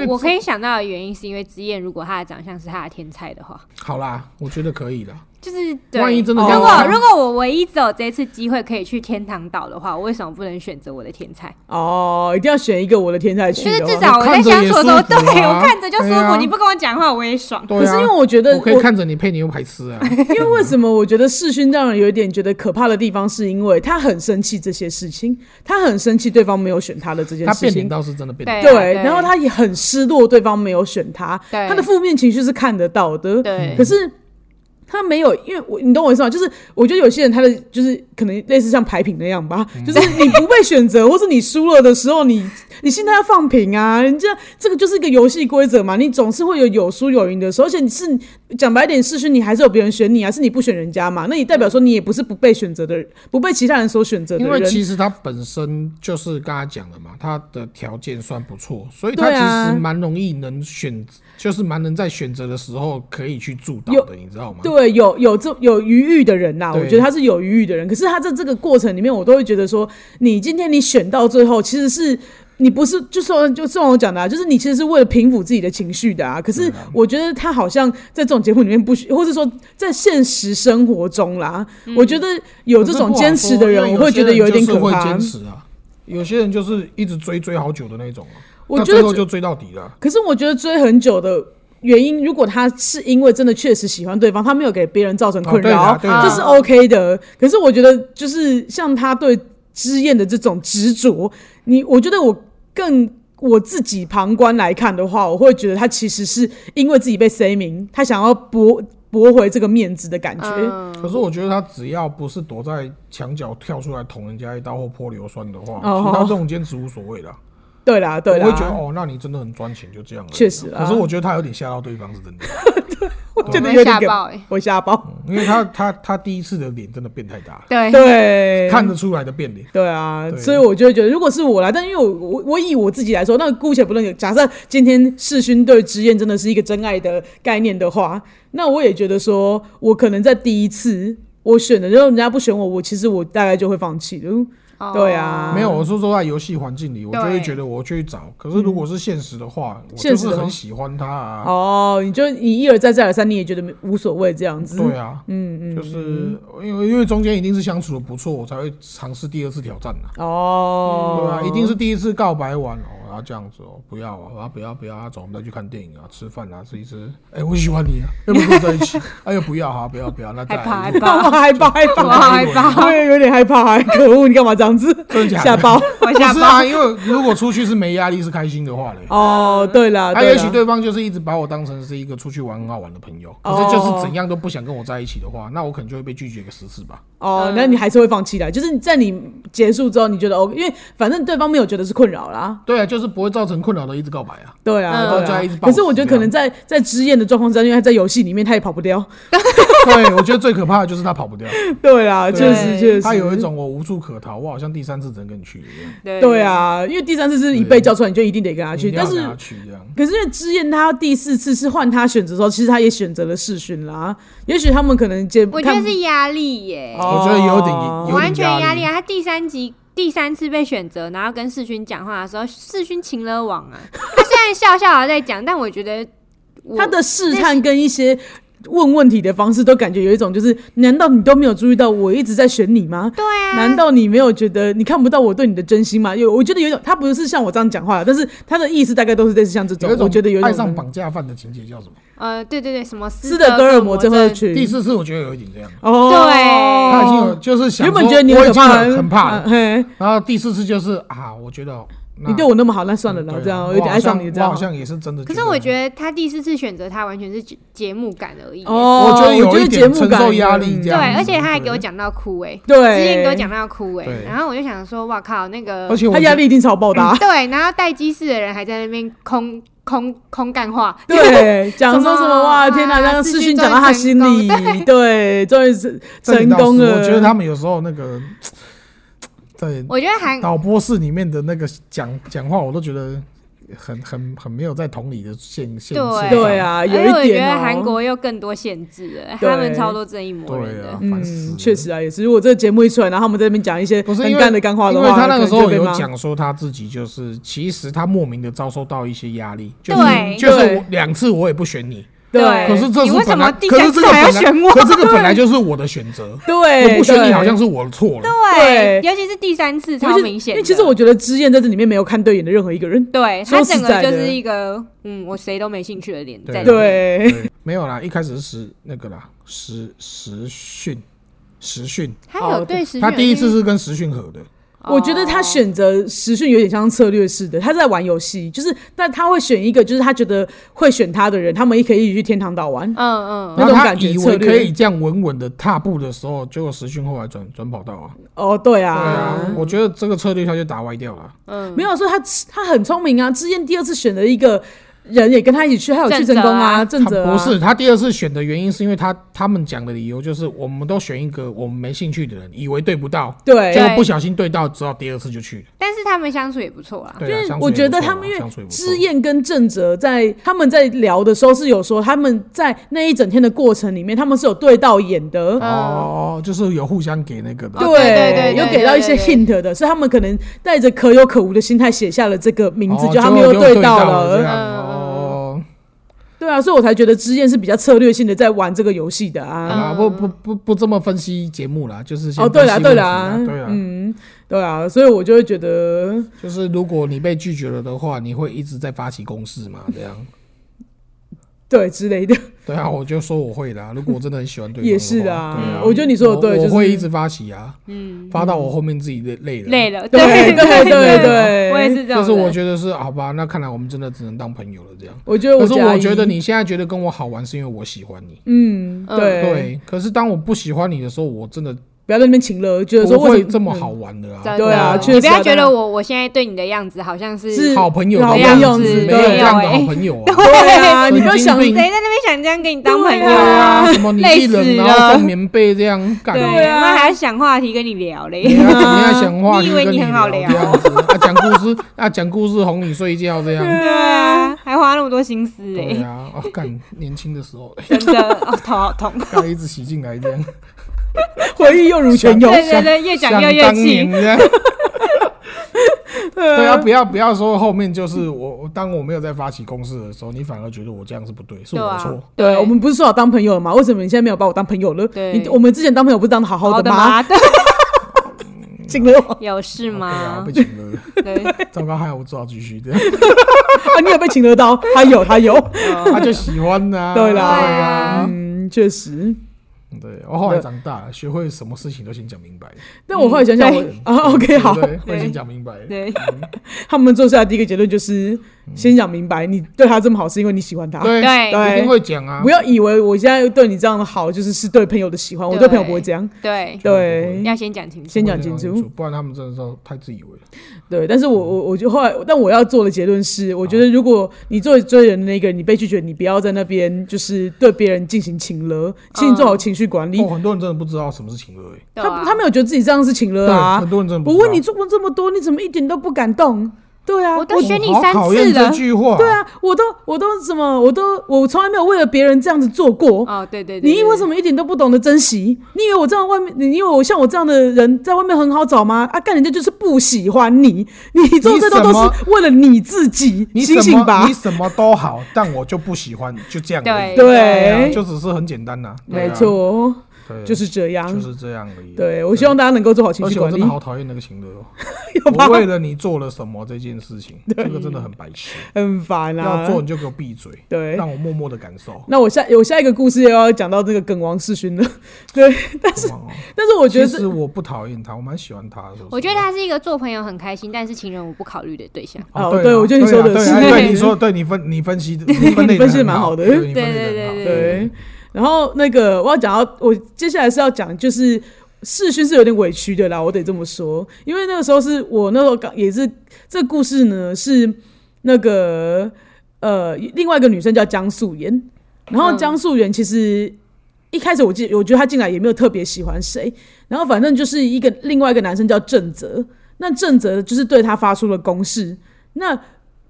[SPEAKER 2] 我
[SPEAKER 3] 为
[SPEAKER 2] 我可以想到的原因是因为之燕，如果她的长相是她的天菜的话，
[SPEAKER 3] 好啦，我觉得可以啦。
[SPEAKER 2] 就是对。
[SPEAKER 3] 万一真的
[SPEAKER 1] 哦
[SPEAKER 3] 这
[SPEAKER 2] 如
[SPEAKER 3] 样
[SPEAKER 2] 果
[SPEAKER 3] 看
[SPEAKER 2] 如果我唯一只有这一次机会可以去天堂岛的话，我为什么不能选择我的天菜？
[SPEAKER 1] 哦，一定要选一个我的天才去
[SPEAKER 2] 就
[SPEAKER 1] 的
[SPEAKER 2] 是
[SPEAKER 1] 哦。
[SPEAKER 2] 至少我在
[SPEAKER 3] 看着
[SPEAKER 2] 相
[SPEAKER 3] 也
[SPEAKER 2] 处的时候，
[SPEAKER 3] 舒服
[SPEAKER 2] 对
[SPEAKER 3] 啊
[SPEAKER 2] 我看着就舒
[SPEAKER 3] 对啊
[SPEAKER 2] 服，你不跟我讲话我也爽。
[SPEAKER 3] 对啊，
[SPEAKER 1] 可是因为我觉得
[SPEAKER 3] 我可以看着你配牛排吃啊。
[SPEAKER 1] 因为为什么我觉得世勋让人有一点觉得可怕的地方，是因为他很生气这些事情，他很生气对方没有选他的这件
[SPEAKER 3] 他
[SPEAKER 1] 事
[SPEAKER 3] 变脸
[SPEAKER 1] 情。
[SPEAKER 3] 倒是真的变
[SPEAKER 2] 对
[SPEAKER 3] 脸，
[SPEAKER 2] 啊
[SPEAKER 1] 对，然后他也很失落，对方没有选他，
[SPEAKER 2] 对
[SPEAKER 1] 他的负面情绪是看得到的。
[SPEAKER 2] 对
[SPEAKER 1] 可是他没有，因为我你懂我意思吗？就是我觉得有些人他的就是可能类似像牌品那样吧，
[SPEAKER 2] 嗯
[SPEAKER 1] 就是你不被选择， 或是你输了的时候，你你心态要放平啊。人家这个就是一个游戏规则嘛，你总是会有有输有赢的时候，而且你是讲白点，是勋你还是有别人选你啊，是你不选人家嘛，那你代表说你也不是不被选择的人，不被其他人所选择的
[SPEAKER 3] 因
[SPEAKER 1] 人。啊
[SPEAKER 3] 为其实他本身就是刚才讲了嘛，他的条件算不错，所以他
[SPEAKER 1] 对啊
[SPEAKER 3] 其实蛮容易能选，就是蛮能在选择的时候可以去主导的，你知道吗？
[SPEAKER 1] 对，有有这有余裕的人啦，
[SPEAKER 3] 对
[SPEAKER 1] 我觉得他是有余裕的人。可是他在这个过程里面，我都会觉得说，你今天你选到最后，其实是你不是就像就像我讲的、啊，就是你其实是为了平复自己的情绪的啊。可是我觉得他好像在这种节目里面不需，或是说在现实生活中啦，我觉得有这种坚持的人，我会觉得有一点可
[SPEAKER 3] 会
[SPEAKER 1] 怕
[SPEAKER 3] 坚。持啊， 有些人就是一直追追好久的那种、啊，
[SPEAKER 1] 我
[SPEAKER 3] 那
[SPEAKER 1] 觉
[SPEAKER 3] 最后
[SPEAKER 1] 得，
[SPEAKER 3] 就追到底了。啊
[SPEAKER 1] 可是我觉得追很久的。原因，如果他是因为真的确实喜欢对方，他没有给别人造成
[SPEAKER 3] 哦
[SPEAKER 1] 困
[SPEAKER 3] 对
[SPEAKER 1] 扰，
[SPEAKER 3] 啦对啦
[SPEAKER 1] 这是
[SPEAKER 2] 嗯
[SPEAKER 1] OK 的。可是我觉得，就是像他对知燕的这种执着，你我觉得我更我自己旁观来看的话，我会觉得他其实是因为自己被 C 名，他想要驳驳回这个面子的感觉。
[SPEAKER 2] 嗯
[SPEAKER 3] 可是我觉得他只要不是躲在墙角跳出来捅人家一刀或泼硫酸的话，
[SPEAKER 1] 哦
[SPEAKER 3] 其实他这种坚持无所谓啦。
[SPEAKER 1] 对啦，对啦，
[SPEAKER 3] 我会觉得哦，那你真的很专情，就这样而已啊。
[SPEAKER 1] 确实啦
[SPEAKER 3] 可是我觉得他有点吓到对方是真的，
[SPEAKER 1] 我觉得
[SPEAKER 2] 我
[SPEAKER 1] 有点
[SPEAKER 2] 会吓
[SPEAKER 1] 给
[SPEAKER 2] 爆哎。
[SPEAKER 1] 我吓爆。
[SPEAKER 3] 因为他他他第一次的脸真的变太大了，
[SPEAKER 2] 对，
[SPEAKER 1] 对，
[SPEAKER 3] 看得出来的变脸。
[SPEAKER 1] 对啊，
[SPEAKER 3] 对
[SPEAKER 1] 所以我就会觉得，如果是我啦，但因为我我我以我自己来说，那姑且不论，假设今天世勋对之燕真的是一个真爱的概念的话，那我也觉得说，我可能在第一次我选的，然后人家不选我，我其实我大概就会放弃
[SPEAKER 3] 嗯
[SPEAKER 1] 了。
[SPEAKER 2] 哦
[SPEAKER 1] 对啊
[SPEAKER 3] 没有，我是说在游戏环境里，我就会
[SPEAKER 2] 对
[SPEAKER 3] 觉得我去找。可是如果是现实的话，我就
[SPEAKER 1] 现实
[SPEAKER 3] 是
[SPEAKER 1] 的话
[SPEAKER 3] 很喜欢他啊。
[SPEAKER 1] 哦，你就你一而再再而三，你也觉得没无所谓这样子。
[SPEAKER 3] 对啊，嗯嗯，就是因为因为中间一定是相处的不错，我才会尝试第二次挑战呐、
[SPEAKER 1] 哦，
[SPEAKER 3] 啊对啊，一定是第一次告白完哦，我要这样子哦，不要啊，我要不要不要啊，走，我们再去看电影啊，吃饭啊，吃一吃。哎、我喜欢你啊，要不要跟我在一起？ 哎呀，不要哈、不要不要，那再
[SPEAKER 2] 害怕
[SPEAKER 3] 来
[SPEAKER 2] 害
[SPEAKER 3] 一
[SPEAKER 2] 怕
[SPEAKER 3] 个。
[SPEAKER 1] 我 害怕，害
[SPEAKER 2] 我
[SPEAKER 1] 怕，
[SPEAKER 2] 害 怕，
[SPEAKER 1] 我也有点害怕，可恶，你干嘛这样子？
[SPEAKER 3] 啊真的假的
[SPEAKER 1] 下包
[SPEAKER 2] 我
[SPEAKER 3] 不
[SPEAKER 2] 吓
[SPEAKER 3] 是
[SPEAKER 2] 爆。
[SPEAKER 3] 啊，因为如果出去是没压力是开心的话嘞。
[SPEAKER 1] 哦，对 啦，
[SPEAKER 3] 他
[SPEAKER 1] 对
[SPEAKER 3] 啊也
[SPEAKER 1] 啦
[SPEAKER 3] 许对方就是一直把我当成是一个出去玩很好玩的朋友，可
[SPEAKER 1] 哦
[SPEAKER 3] 是就是怎样都不想跟我在一起的话，那我可能就会被拒绝个十次吧。
[SPEAKER 1] 哦，
[SPEAKER 2] 嗯
[SPEAKER 1] 那你还是会放弃的，就是在你结束之后，你觉得 OK，因为反正对方没有觉得是困扰啦，
[SPEAKER 3] 对啊，就是不会造成困扰的一直告白 啊。
[SPEAKER 1] 对啊，
[SPEAKER 2] 嗯
[SPEAKER 1] 对
[SPEAKER 3] 大家一直
[SPEAKER 1] 啊。
[SPEAKER 3] 抱
[SPEAKER 1] 可是我觉得
[SPEAKER 3] 死这
[SPEAKER 1] 可
[SPEAKER 3] 样
[SPEAKER 1] 能在在之宴的状况之下，因为他在游戏里面他也跑不掉，
[SPEAKER 3] 对，我觉得最可怕的就是他跑不掉，
[SPEAKER 1] 对啊，
[SPEAKER 3] 对
[SPEAKER 1] 确实确实，
[SPEAKER 3] 他有一种我无处可逃，我好像第三次只能跟你去一样，
[SPEAKER 2] 对
[SPEAKER 1] 对，啊，因为第三次是一被叫出来，你就一定得跟他
[SPEAKER 3] 你一
[SPEAKER 1] 去，
[SPEAKER 3] 定要
[SPEAKER 1] 但
[SPEAKER 3] 跟
[SPEAKER 1] 是
[SPEAKER 3] 他去这样。
[SPEAKER 1] 可是因为之燕他第四次是换他选择的时候，其实他也选择了世勋啦。也许他们可能见，
[SPEAKER 2] 我觉得
[SPEAKER 1] 看
[SPEAKER 2] 是压力耶，
[SPEAKER 1] 哦
[SPEAKER 3] 我觉得有点
[SPEAKER 1] 哦
[SPEAKER 3] 有
[SPEAKER 2] 完全
[SPEAKER 3] 点
[SPEAKER 2] 压力
[SPEAKER 3] 力。
[SPEAKER 2] 啊！他第三集第三次被选择，然后跟世勋讲话的时候，世勋情了网啊。他虽然笑笑的在讲，但我觉得我
[SPEAKER 1] 他的试探跟一些问问题的方式，都感觉有一种就是，难道你都没有注意到我一直在选你吗？
[SPEAKER 2] 对啊，
[SPEAKER 1] 难道你没有觉得你看不到我对你的真心吗？有，我觉得有一种，他不是像我这样讲话，但是他的意思大概都是类似像这种
[SPEAKER 3] 有一。种
[SPEAKER 1] 我觉得有一
[SPEAKER 3] 爱
[SPEAKER 1] 种
[SPEAKER 3] 上绑架犯的情节叫什么？
[SPEAKER 2] 呃，对对对，什么
[SPEAKER 1] 斯
[SPEAKER 2] 斯
[SPEAKER 1] 德哥尔摩
[SPEAKER 2] 摩
[SPEAKER 1] 症
[SPEAKER 2] 症
[SPEAKER 1] 候
[SPEAKER 3] 第
[SPEAKER 1] 群。
[SPEAKER 3] 四次我觉得有一点这样，
[SPEAKER 1] 哦，
[SPEAKER 2] 对
[SPEAKER 3] 他已经有就是想
[SPEAKER 1] 原
[SPEAKER 3] 说
[SPEAKER 1] 本觉得你
[SPEAKER 3] 我已
[SPEAKER 1] 可
[SPEAKER 3] 经
[SPEAKER 1] 怕，
[SPEAKER 3] 很很怕
[SPEAKER 1] 啊
[SPEAKER 3] 了，
[SPEAKER 1] 嘿，
[SPEAKER 3] 然后第四次就是啊，我觉得那
[SPEAKER 1] 你对我那么好，那算了啦，
[SPEAKER 3] 对啊
[SPEAKER 1] 这样我有点爱上你这
[SPEAKER 3] 我
[SPEAKER 1] 样
[SPEAKER 3] 好。像也是真的。
[SPEAKER 2] 可是我觉，得他第四次选择他完全是节节目感而已。
[SPEAKER 1] 哦，
[SPEAKER 3] 我觉得有一
[SPEAKER 1] 我觉节
[SPEAKER 3] 点
[SPEAKER 1] 目
[SPEAKER 3] 承
[SPEAKER 1] 感嗯
[SPEAKER 3] 受压力这
[SPEAKER 2] 对，
[SPEAKER 3] 样子。
[SPEAKER 2] 而且他还给我
[SPEAKER 3] 对，
[SPEAKER 2] 讲到哭哎，
[SPEAKER 1] 对，
[SPEAKER 2] 之前给我讲到哭哎
[SPEAKER 3] 对，
[SPEAKER 2] 然后我就想说，哇靠，那个嗯
[SPEAKER 3] 而且我
[SPEAKER 1] 他
[SPEAKER 3] 觉
[SPEAKER 1] 压
[SPEAKER 3] 得
[SPEAKER 1] 力一定超爆大。
[SPEAKER 2] 对，然后待机室的人还在那边空空空干话，
[SPEAKER 1] 对，讲说什么哇，
[SPEAKER 2] 啊
[SPEAKER 1] 天哪，让
[SPEAKER 2] 世
[SPEAKER 1] 世
[SPEAKER 2] 勋
[SPEAKER 1] 勋
[SPEAKER 2] 终于
[SPEAKER 1] 讲到他
[SPEAKER 2] 成
[SPEAKER 1] 心
[SPEAKER 2] 功
[SPEAKER 1] 里，对，终于 成
[SPEAKER 3] 这
[SPEAKER 1] 成
[SPEAKER 3] 里倒是
[SPEAKER 1] 功了。
[SPEAKER 3] 我觉得他们有时候那个在
[SPEAKER 2] 我觉得韩
[SPEAKER 3] 导播室里面的那个讲讲话，我都觉得很很很没有在同理的现现
[SPEAKER 2] 对哎
[SPEAKER 1] 对，啊，有
[SPEAKER 2] 而且我
[SPEAKER 1] 一
[SPEAKER 2] 觉
[SPEAKER 1] 点
[SPEAKER 2] 得
[SPEAKER 1] 哦
[SPEAKER 2] 现。韩国又更多限制了，
[SPEAKER 1] 对
[SPEAKER 2] 他们超多正义魔人
[SPEAKER 3] 对
[SPEAKER 2] 的
[SPEAKER 3] 啊。，烦死
[SPEAKER 1] 嗯，
[SPEAKER 3] 了
[SPEAKER 1] 确实啊，也是。如果这个节目一出来，然后他们在那边讲一些
[SPEAKER 3] 不是
[SPEAKER 1] 很
[SPEAKER 3] 因为
[SPEAKER 1] 干的干话的
[SPEAKER 3] 因
[SPEAKER 1] 话，
[SPEAKER 3] 为他
[SPEAKER 1] 可
[SPEAKER 3] 那个
[SPEAKER 1] 能
[SPEAKER 3] 时候
[SPEAKER 1] 就被
[SPEAKER 3] 有
[SPEAKER 1] 骂，
[SPEAKER 3] 讲说他自己就是，其实他莫名的遭受到一些压力，就是
[SPEAKER 2] 对
[SPEAKER 3] 就是我两次我也不选你，
[SPEAKER 1] 对，
[SPEAKER 2] 对
[SPEAKER 3] 可是这
[SPEAKER 2] 你
[SPEAKER 3] 是
[SPEAKER 2] 为
[SPEAKER 3] 本
[SPEAKER 2] 什
[SPEAKER 3] 来，
[SPEAKER 2] 么第
[SPEAKER 3] 可是
[SPEAKER 2] 三
[SPEAKER 3] 这
[SPEAKER 2] 次
[SPEAKER 3] 个
[SPEAKER 2] 还要
[SPEAKER 3] 本来，
[SPEAKER 2] 选我？
[SPEAKER 3] 可是这个本来就是我的选择，我
[SPEAKER 1] 对，
[SPEAKER 3] 不选你
[SPEAKER 1] 对
[SPEAKER 3] 好像是我错了，
[SPEAKER 2] 对，尤其是第三次超明显
[SPEAKER 1] 因为
[SPEAKER 2] 的，
[SPEAKER 1] 其实我觉得知燕在这里面没有看对眼的任何一个人。
[SPEAKER 2] 对
[SPEAKER 1] 说
[SPEAKER 2] 他
[SPEAKER 1] 实
[SPEAKER 2] 整
[SPEAKER 1] 在
[SPEAKER 2] 个
[SPEAKER 1] 的
[SPEAKER 2] 就是一个嗯，我谁都没兴趣的脸
[SPEAKER 3] 对
[SPEAKER 2] 在里面。
[SPEAKER 1] 对，
[SPEAKER 3] 对没有啦，一开始是实那个啦，实实训，实训，
[SPEAKER 2] 他
[SPEAKER 1] 哦
[SPEAKER 2] 有对时
[SPEAKER 3] 他第一次是跟实训合的，
[SPEAKER 2] 哦
[SPEAKER 1] 我觉得他选择实训有点像策略式的，他在玩游戏，就是但他会选一个就是他觉得会选他的人，他们也可以一起去天堂岛玩。
[SPEAKER 2] 嗯嗯
[SPEAKER 1] 那种
[SPEAKER 3] 然后他
[SPEAKER 1] 感觉
[SPEAKER 3] 以
[SPEAKER 1] 策
[SPEAKER 3] 为
[SPEAKER 1] 略
[SPEAKER 3] 可以这样稳稳的踏步的时候，结果实训后来转转跑道啊，
[SPEAKER 1] 哦，对啊，
[SPEAKER 3] 对啊，我觉得这个策略他就打歪掉了。
[SPEAKER 2] 嗯，
[SPEAKER 1] 没有说他他很聪明啊，之燕第二次选了一个人也跟他一起去，还有去成功啊，正
[SPEAKER 3] 他
[SPEAKER 1] 则、啊、
[SPEAKER 3] 不是他第二次选的原因，是因为他他们讲的理由就是我们都选一个我们没兴趣的人，以为对不到，
[SPEAKER 1] 对
[SPEAKER 3] 结
[SPEAKER 2] 就
[SPEAKER 3] 果不小心对到，之后第二次就去了。
[SPEAKER 2] 但是他们相处也不错啦。
[SPEAKER 3] 对
[SPEAKER 1] 因
[SPEAKER 3] 啊，
[SPEAKER 1] 为
[SPEAKER 3] 相处
[SPEAKER 1] 我
[SPEAKER 3] 也
[SPEAKER 1] 觉
[SPEAKER 3] 不
[SPEAKER 1] 得
[SPEAKER 3] 错
[SPEAKER 1] 他
[SPEAKER 3] 啊
[SPEAKER 1] 们因
[SPEAKER 3] 相处也
[SPEAKER 1] 为
[SPEAKER 3] 不错
[SPEAKER 1] 知燕跟正哲在他们在聊的时候是有说他们在那一整天的过程里面，他们是有对到眼的，
[SPEAKER 3] 哦，就是有互相给那个的，
[SPEAKER 1] 啊
[SPEAKER 3] 啊
[SPEAKER 1] 对
[SPEAKER 2] 嗯
[SPEAKER 3] 哦
[SPEAKER 2] 哦对对对对
[SPEAKER 1] 有给到一些
[SPEAKER 2] 对对
[SPEAKER 1] hint 的，所以他们可能带着可有可无的心态写下了这个名字，
[SPEAKER 3] 哦
[SPEAKER 1] 就他们
[SPEAKER 3] 就
[SPEAKER 1] 又
[SPEAKER 3] 又
[SPEAKER 1] 对
[SPEAKER 3] 对
[SPEAKER 1] 到
[SPEAKER 3] 了，
[SPEAKER 1] 了。
[SPEAKER 3] 这样
[SPEAKER 2] 嗯
[SPEAKER 3] 哦。
[SPEAKER 1] 对啊，所以我才觉得知燕是比较策略性的在玩这个游戏的
[SPEAKER 3] 好
[SPEAKER 1] 啊。
[SPEAKER 3] 啦，不不不不这么分析节目啦，就是先
[SPEAKER 1] 哦，对
[SPEAKER 3] 啦
[SPEAKER 1] 啦，对
[SPEAKER 3] 啦
[SPEAKER 1] 啦，，
[SPEAKER 3] 对啦，
[SPEAKER 1] 嗯，对啊，所以我就会觉得，
[SPEAKER 3] 就是如果你被拒绝了的话，你会一直在发起攻势嘛？这样，
[SPEAKER 1] 对之类的，
[SPEAKER 3] 对啊，我就说我会的啊。如果我真的很喜欢对方的
[SPEAKER 1] 嗯
[SPEAKER 3] 话，
[SPEAKER 1] 也是
[SPEAKER 3] 对
[SPEAKER 1] 啊
[SPEAKER 3] 啊。
[SPEAKER 1] 我觉得你说的对，
[SPEAKER 3] 我
[SPEAKER 1] 就是
[SPEAKER 3] 我会一直发起啊，
[SPEAKER 2] 嗯，
[SPEAKER 3] 发到我后面自己累累了，
[SPEAKER 2] 累了，
[SPEAKER 1] 对对对
[SPEAKER 2] 对
[SPEAKER 1] 对对，
[SPEAKER 2] 我也是这样。
[SPEAKER 3] 啊就是我觉得是好吧，那看来我们真的只能当朋友了这样。
[SPEAKER 1] 我觉得
[SPEAKER 3] 可
[SPEAKER 1] 我
[SPEAKER 3] 是
[SPEAKER 1] 加
[SPEAKER 3] 我
[SPEAKER 1] 一
[SPEAKER 3] 觉得，你现在觉得跟我好玩，是因为我喜欢你。
[SPEAKER 1] 嗯，
[SPEAKER 2] 嗯
[SPEAKER 1] 对，
[SPEAKER 3] 对，可是当我不喜欢你的时候，我真的
[SPEAKER 1] 不要在那边请了，觉得说
[SPEAKER 3] 不
[SPEAKER 1] 为
[SPEAKER 3] 会
[SPEAKER 1] 什
[SPEAKER 3] 这么
[SPEAKER 1] 嗯
[SPEAKER 3] 好玩的啊。
[SPEAKER 2] 真的
[SPEAKER 1] 对啊确
[SPEAKER 2] 你
[SPEAKER 1] 实
[SPEAKER 2] 不
[SPEAKER 1] 啊
[SPEAKER 2] 要
[SPEAKER 1] 对
[SPEAKER 2] 觉
[SPEAKER 1] 啊
[SPEAKER 2] 得我我现在对你的样子好像是
[SPEAKER 1] 是
[SPEAKER 3] 好朋友
[SPEAKER 1] 好
[SPEAKER 3] 的
[SPEAKER 1] 朋友
[SPEAKER 3] 子，
[SPEAKER 1] 子
[SPEAKER 3] 没有
[SPEAKER 1] 对
[SPEAKER 3] 这样的
[SPEAKER 2] 没有
[SPEAKER 3] 好
[SPEAKER 2] 欸
[SPEAKER 3] 朋友啊。
[SPEAKER 1] 对啊，你不要
[SPEAKER 3] 神经
[SPEAKER 1] 想
[SPEAKER 3] 病
[SPEAKER 2] 谁在那边想这样跟你当朋友
[SPEAKER 3] 对啊，什么 你一
[SPEAKER 2] 累
[SPEAKER 3] 冷
[SPEAKER 2] 死
[SPEAKER 3] 然后
[SPEAKER 2] 了
[SPEAKER 3] 送棉被这样干
[SPEAKER 2] 对，啊
[SPEAKER 1] 对啊
[SPEAKER 2] 那还要想话题跟你聊嘞。
[SPEAKER 3] 你要怎么样想话？
[SPEAKER 2] 你以为
[SPEAKER 3] 跟
[SPEAKER 2] 你很好聊
[SPEAKER 3] 聊这样子啊？讲故事啊，讲故事哄你睡觉这样。
[SPEAKER 2] 对啊，还花那么多心思
[SPEAKER 3] 对
[SPEAKER 2] 哎，
[SPEAKER 3] 啊，啊干，年轻的时候
[SPEAKER 2] 真的哦，头好痛。
[SPEAKER 3] 干一直洗进来这样，
[SPEAKER 1] 哎回忆又如泉涌，
[SPEAKER 2] 对对对，越讲越越
[SPEAKER 3] 当年
[SPEAKER 2] 气。
[SPEAKER 3] 这样。
[SPEAKER 1] 对
[SPEAKER 3] 对啊，不要不要说后面就是我，我当我没有在发起攻势的时候，你反而觉得我这样是不对，是
[SPEAKER 2] 对
[SPEAKER 3] 我
[SPEAKER 2] 啊
[SPEAKER 3] 的错。
[SPEAKER 1] 对，我们不是说好当朋友了吗？为什么你现在没有把我当朋友了？
[SPEAKER 2] 对
[SPEAKER 1] 你我们之前当朋友不是当的好好
[SPEAKER 2] 好的
[SPEAKER 1] 吗？
[SPEAKER 2] 嘛，对
[SPEAKER 1] 请了 我
[SPEAKER 2] 有事
[SPEAKER 3] 啊，
[SPEAKER 2] 吗
[SPEAKER 3] 被？请了，
[SPEAKER 2] 对，
[SPEAKER 3] 糟糕，害我只好继续的。
[SPEAKER 1] 啊，你有被请了刀？他有，他有。
[SPEAKER 2] 哦
[SPEAKER 3] 他啊就喜欢呐、
[SPEAKER 1] 对啦
[SPEAKER 3] 对啊，
[SPEAKER 1] 嗯，确实。
[SPEAKER 2] 啊
[SPEAKER 3] 对我后来长大了，学会什么事情都先讲明白。
[SPEAKER 1] 但我后来想想我，
[SPEAKER 3] 嗯
[SPEAKER 2] 哦
[SPEAKER 1] 啊，OK，好
[SPEAKER 3] 对，不对会
[SPEAKER 2] 对
[SPEAKER 3] 先讲明白。
[SPEAKER 2] 对，
[SPEAKER 1] 他们做下的第一个结论就是，先讲明白，你对他这么好是因为你喜欢他，
[SPEAKER 3] 嗯对啊
[SPEAKER 2] 对
[SPEAKER 1] 对
[SPEAKER 3] 一定会讲啊
[SPEAKER 1] 啊不。要以为我现在对你这样的好就是是对朋友的喜欢，我对
[SPEAKER 2] 对
[SPEAKER 1] 朋友不会这样，
[SPEAKER 2] 对，
[SPEAKER 1] 对
[SPEAKER 2] 要先讲清楚。
[SPEAKER 1] 先讲清楚，
[SPEAKER 3] 不然他们真的是太自以为了。
[SPEAKER 1] 对。但是我我我就后来，但我要做的结论是，我觉得如果你作为追人的那个，你被拒绝，你不要在那边就是对别人进行请了，请你做好情绪管理
[SPEAKER 3] 哦，。很多人真的不知道什么是情勒、欸，
[SPEAKER 2] 对啊
[SPEAKER 1] 他他没有觉得自己这样是请了啊
[SPEAKER 3] 很，多人真的不
[SPEAKER 1] 我
[SPEAKER 3] 知道。
[SPEAKER 1] 问你做过这么多，你怎么一点都不敢动？对啊，
[SPEAKER 2] 我都选你
[SPEAKER 3] 好
[SPEAKER 2] 三
[SPEAKER 3] 讨
[SPEAKER 2] 次
[SPEAKER 3] 厌这
[SPEAKER 2] 了。
[SPEAKER 3] 句话。
[SPEAKER 1] 对，啊，我都我都什么，我都我从来没有为了别人这样子做过。
[SPEAKER 2] 哦，对对对，
[SPEAKER 1] 你为什
[SPEAKER 2] 么？
[SPEAKER 1] 么一点都不懂得珍惜？你以为我这样外面，你以为我像我这样的人在外面很好找吗？啊，干人家就是不喜欢你，你做这都都
[SPEAKER 3] 你什么
[SPEAKER 1] 是为了你自己，
[SPEAKER 3] 你
[SPEAKER 1] 醒
[SPEAKER 3] 什
[SPEAKER 1] 醒吧
[SPEAKER 3] 么你！什么都好，但我就不喜欢，就这样而已。
[SPEAKER 2] 对
[SPEAKER 3] 啊
[SPEAKER 1] 对，
[SPEAKER 3] 就只是很简单呐、对啊
[SPEAKER 1] 没，错，
[SPEAKER 3] 对啊
[SPEAKER 1] 就是这样
[SPEAKER 3] 就。是这样而已。啊
[SPEAKER 1] 对，我希望大家能够做好情
[SPEAKER 3] 而
[SPEAKER 1] 绪
[SPEAKER 3] 且我
[SPEAKER 1] 管
[SPEAKER 3] 真
[SPEAKER 1] 理
[SPEAKER 3] 的，好讨厌那个情乐、哦，
[SPEAKER 1] 有吧
[SPEAKER 3] 我？为了你做了什么这件事情，这个真的很白痴。
[SPEAKER 1] 很烦
[SPEAKER 3] 要
[SPEAKER 1] 啊。
[SPEAKER 3] 做你就给我闭嘴，
[SPEAKER 1] 对，
[SPEAKER 3] 让我默默的感受。
[SPEAKER 1] 那我下我下一个故事又要讲到这个梗王世勋了。 对，但是
[SPEAKER 3] 好不好
[SPEAKER 1] 但是我觉
[SPEAKER 3] 其
[SPEAKER 1] 得是
[SPEAKER 3] 实我不讨厌他，我蛮喜欢他的。说实话
[SPEAKER 2] 我觉得他是一个做朋友很开心，但是情人我不考虑的对象。
[SPEAKER 1] 哦
[SPEAKER 3] 对
[SPEAKER 1] 对
[SPEAKER 3] 啊
[SPEAKER 1] 我觉得你
[SPEAKER 3] 对啊
[SPEAKER 1] 说的
[SPEAKER 3] 对
[SPEAKER 1] 是
[SPEAKER 3] 啊
[SPEAKER 1] 对
[SPEAKER 3] 对你说，对你分你 分析的，你分类
[SPEAKER 1] 分析得
[SPEAKER 3] 得很
[SPEAKER 1] 蛮好的
[SPEAKER 3] 对你分类
[SPEAKER 2] 对
[SPEAKER 3] 得很好
[SPEAKER 2] 对
[SPEAKER 1] 对，然后那个我要讲到，我接下来是要讲就是。世勋是有点委屈的啦，我得这么说，因为那个时候是我那时候刚也是这个故事呢是那个呃另外一个女生叫江素妍，然后
[SPEAKER 2] 嗯
[SPEAKER 1] 江素妍其实一开始我记我觉得她进来也没有特别喜欢谁，然后反正就是一个另外一个男生叫郑泽，那郑泽就是对她发出了攻势，那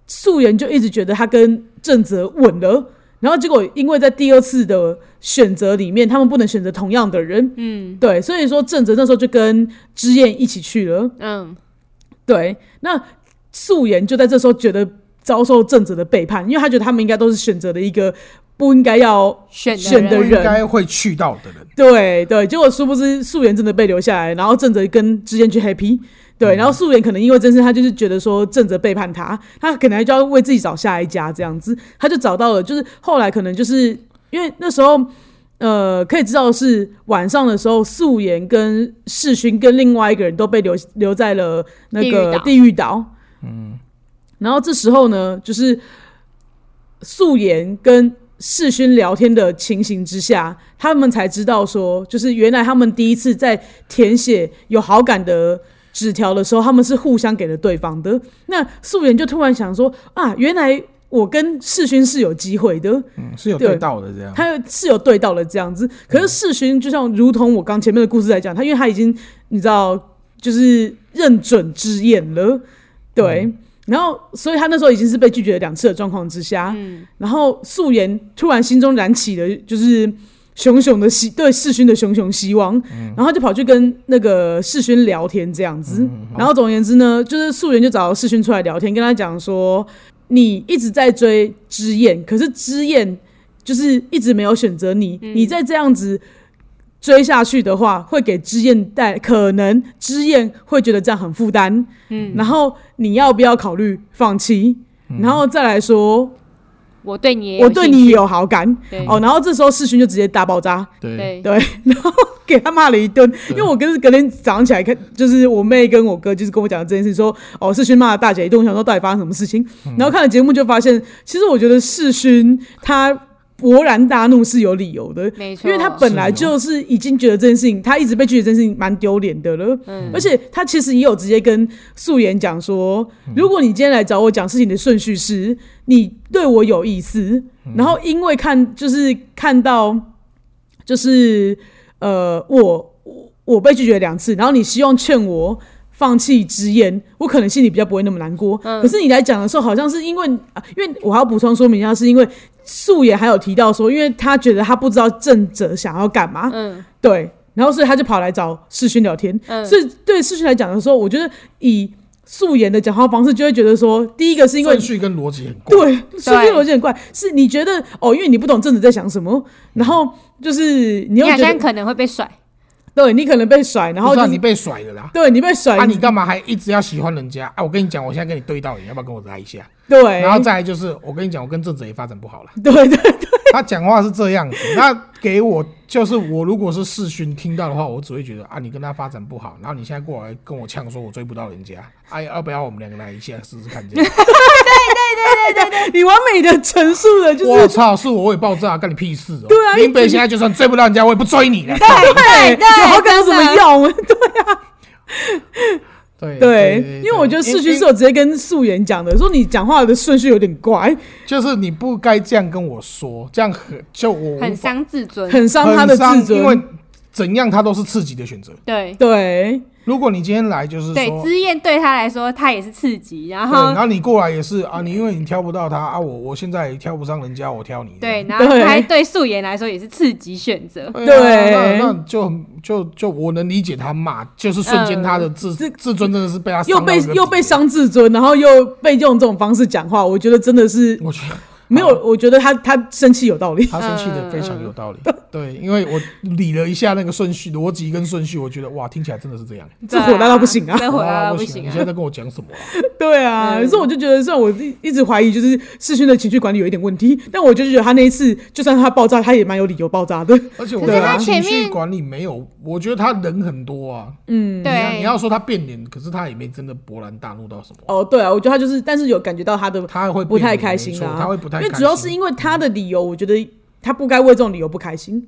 [SPEAKER 1] 素妍就一直觉得她跟郑泽稳了，然后结果因为在第二次的选择里面，他们不能选择同样的人，
[SPEAKER 2] 嗯
[SPEAKER 1] 对，所以说郑泽那时候就跟知燕一起去了，
[SPEAKER 2] 嗯，
[SPEAKER 1] 对，那素颜就在这时候觉得遭受正则的背叛，因为他觉得他们应该都是选择了一个不应该要
[SPEAKER 2] 选
[SPEAKER 1] 选的
[SPEAKER 3] 不
[SPEAKER 1] 人
[SPEAKER 3] 应该会去到的人，
[SPEAKER 1] 对对，结果殊不知素颜真的被留下来，然后正则跟之间去 happy。对，然后素颜可能因为真是他就是觉得说正则背叛他，他可能就要为自己找下一家这样子，他就找到了，就是后来可能就是因为那时候，呃，可以知道是晚上的时候，素颜跟世勋跟另外一个人都被留留在了那个
[SPEAKER 2] 地
[SPEAKER 1] 地狱岛，嗯，然后这时候呢，就是素颜跟世勋聊天的情形之下，他们才知道说，就是原来他们第一次在填写有好感的纸条的时候，他们是互相给了对方的。那素颜就突然想说啊，原来我跟世勋是有机会的，
[SPEAKER 3] 嗯，是有
[SPEAKER 1] 对
[SPEAKER 3] 对到的这样。
[SPEAKER 1] 他是有对到了这样子。可是世勋就像如同我刚前面的故事来讲，他因为他已经你知道就是认准之眼了，对。然后，所以他那时候已经是被拒绝了两次的状况之下，
[SPEAKER 2] 嗯
[SPEAKER 1] 然后素颜突然心中燃起了就是熊熊的希对世勋的熊熊希望，然后就跑去跟那个世勋聊天这样子。然后总而言之呢，就是素颜就找世勋出来聊天，跟他讲说你一直在追知燕，可是知燕就是一直没有选择你，你再这样子。追下去的话，会给知燕带，可能知燕会觉得这样很负担，
[SPEAKER 2] 嗯，
[SPEAKER 1] 然后你要不要考虑放弃？然后再来说，
[SPEAKER 2] 我对你也有
[SPEAKER 1] 我对你
[SPEAKER 2] 兴趣
[SPEAKER 1] 有好感
[SPEAKER 2] 对
[SPEAKER 1] 哦。然后这时候世勋就直接大爆炸，
[SPEAKER 3] 对，
[SPEAKER 2] 对
[SPEAKER 1] 对，然后给他骂了一顿。因为我跟隔天早上起来看，就是我妹跟我哥就是跟我讲这件事，说哦世勋骂了大姐一顿，我想说到底发生什么事情。然后看了节目就发现，其实我觉得世勋他勃然大怒是有理由的。
[SPEAKER 2] 没错，
[SPEAKER 1] 因为他本来就是已经觉得这件事情，他一直被拒绝这件事情蛮丢脸的了。
[SPEAKER 2] 嗯
[SPEAKER 1] 而且他其实也有直接跟素颜讲说，
[SPEAKER 2] 嗯
[SPEAKER 1] 如果你今天来找我讲事情的顺序是你对我有意思，
[SPEAKER 2] 嗯
[SPEAKER 1] 然后因为看就是看到就是呃我我我被拒绝两次，然后你希望劝我。放弃直言，我可能心里比较不会那么难过。
[SPEAKER 2] 嗯
[SPEAKER 1] 可是你来讲的时候，好像是因为，啊因为我还要补充说明一下，是因为素颜还有提到说，因为他觉得他不知道正者想要干嘛，
[SPEAKER 2] 嗯
[SPEAKER 1] 对，然后所以他就跑来找世勋聊天。
[SPEAKER 2] 嗯
[SPEAKER 1] 所以对世勋来讲的时候，我觉得以素颜的讲话方式，就会觉得说，第一个是因为
[SPEAKER 3] 顺。序跟逻辑很怪。
[SPEAKER 1] 对，顺序逻辑很怪，是你觉得哦，因为你不懂正子在想什么，然后就是你
[SPEAKER 2] 你
[SPEAKER 1] 又
[SPEAKER 2] 好
[SPEAKER 1] 觉
[SPEAKER 2] 像
[SPEAKER 1] 得
[SPEAKER 2] 可能会被甩，
[SPEAKER 1] 对你可能被甩，然后
[SPEAKER 3] 不
[SPEAKER 1] 就是
[SPEAKER 3] 你被甩了啦。
[SPEAKER 1] 对你被甩，
[SPEAKER 3] 啊，你干嘛还一直要喜欢人家？啊，我跟你讲，我现在跟你对到眼，要不要跟我来一下？
[SPEAKER 1] 对，
[SPEAKER 3] 然后再来就是，我跟你讲，我跟郑哲也发展不好了。
[SPEAKER 1] 对对对
[SPEAKER 3] 他讲话是这样子，那给我就是我如果是世勋听到的话，我只会觉得啊，你跟他发展不好，然后你现在过来跟我呛说，我追不到人家，哎、要不要我们两个来一下试试看？这样，
[SPEAKER 1] 对对，你完美的陈述了，就
[SPEAKER 3] 我
[SPEAKER 1] 是
[SPEAKER 3] 操，是我我也爆炸，干你屁事哦、
[SPEAKER 1] 对啊
[SPEAKER 3] 林北
[SPEAKER 1] 一直
[SPEAKER 3] 现在就算追不到人家，我也不追你了。
[SPEAKER 1] 对
[SPEAKER 2] 对对
[SPEAKER 1] 然后跟有什么
[SPEAKER 2] 真的
[SPEAKER 1] 用？对
[SPEAKER 3] 对
[SPEAKER 1] 对，因为我觉得世勋是有直接跟素颜讲的，说你讲话的顺序有点怪，
[SPEAKER 3] 就是你不该这样跟我说，这样很就我无
[SPEAKER 2] 很
[SPEAKER 3] 法
[SPEAKER 2] 伤自尊。
[SPEAKER 1] 很伤他的
[SPEAKER 3] 很伤
[SPEAKER 1] 自
[SPEAKER 3] 因为
[SPEAKER 1] 尊。
[SPEAKER 3] 怎样他都是刺激的选择。
[SPEAKER 2] 对
[SPEAKER 1] 对
[SPEAKER 3] 如果你今天来就是
[SPEAKER 2] 对，
[SPEAKER 3] 说
[SPEAKER 2] 知燕对他来说，他也是刺激，然
[SPEAKER 3] 对，然
[SPEAKER 2] 后
[SPEAKER 3] 后你过来也是啊，你因为你挑不到他啊，我我现在也挑不上人家，我挑你。
[SPEAKER 2] 对，然后
[SPEAKER 1] 对
[SPEAKER 2] 他对素颜来说也是刺激选择。
[SPEAKER 3] 对
[SPEAKER 1] 对
[SPEAKER 3] 啊，那那就很就就我能理解他骂，就是瞬间他的自
[SPEAKER 1] 这
[SPEAKER 3] 自尊真嗯的是被他伤
[SPEAKER 1] 又
[SPEAKER 3] 到
[SPEAKER 1] 被
[SPEAKER 3] 一个
[SPEAKER 1] 又被
[SPEAKER 3] 底。
[SPEAKER 1] 啊伤自尊，然后又被用这种方式讲话，我觉得真的是
[SPEAKER 3] 我觉得
[SPEAKER 1] 没有，我觉得他他生气有道 理。
[SPEAKER 3] 他生气的非常有道理。对，因为我理了一下那个顺序、逻辑跟顺序，我觉得哇，听起来真的是这样。
[SPEAKER 1] 这
[SPEAKER 2] 对啊
[SPEAKER 1] 火大到不行啊
[SPEAKER 2] 这火大
[SPEAKER 3] 哇
[SPEAKER 2] 到
[SPEAKER 3] 不
[SPEAKER 2] 不
[SPEAKER 3] 行，
[SPEAKER 2] 行
[SPEAKER 3] 你
[SPEAKER 2] 啊
[SPEAKER 3] 现！在在跟我讲什么啊？
[SPEAKER 1] 对啊，所以我就觉得，虽然我一一直怀疑就是世勋的情绪管理有一点问题，但我就觉得他那一次，就算他爆炸，他也蛮有理由爆炸的。
[SPEAKER 3] 而且
[SPEAKER 2] 可
[SPEAKER 3] 我觉
[SPEAKER 2] 是
[SPEAKER 3] 得
[SPEAKER 2] 他
[SPEAKER 3] 情
[SPEAKER 2] 前
[SPEAKER 3] 绪
[SPEAKER 2] 面
[SPEAKER 3] 管理没有，我觉得他人很多啊。你
[SPEAKER 2] 对，
[SPEAKER 3] 要说他变脸，可是他也没真的勃然大怒到什么。
[SPEAKER 1] 哦，对啊，我觉得他就是，但是有感觉到他的
[SPEAKER 3] 他会
[SPEAKER 1] 不
[SPEAKER 3] 变
[SPEAKER 1] 太
[SPEAKER 3] 脸
[SPEAKER 1] 开
[SPEAKER 3] 没
[SPEAKER 1] 心
[SPEAKER 3] 错
[SPEAKER 1] 啊，
[SPEAKER 3] 他会不太
[SPEAKER 1] 因为
[SPEAKER 3] 开
[SPEAKER 1] 主要
[SPEAKER 3] 心
[SPEAKER 1] 是因为他的理由，我觉得他不该为这种理由不开心，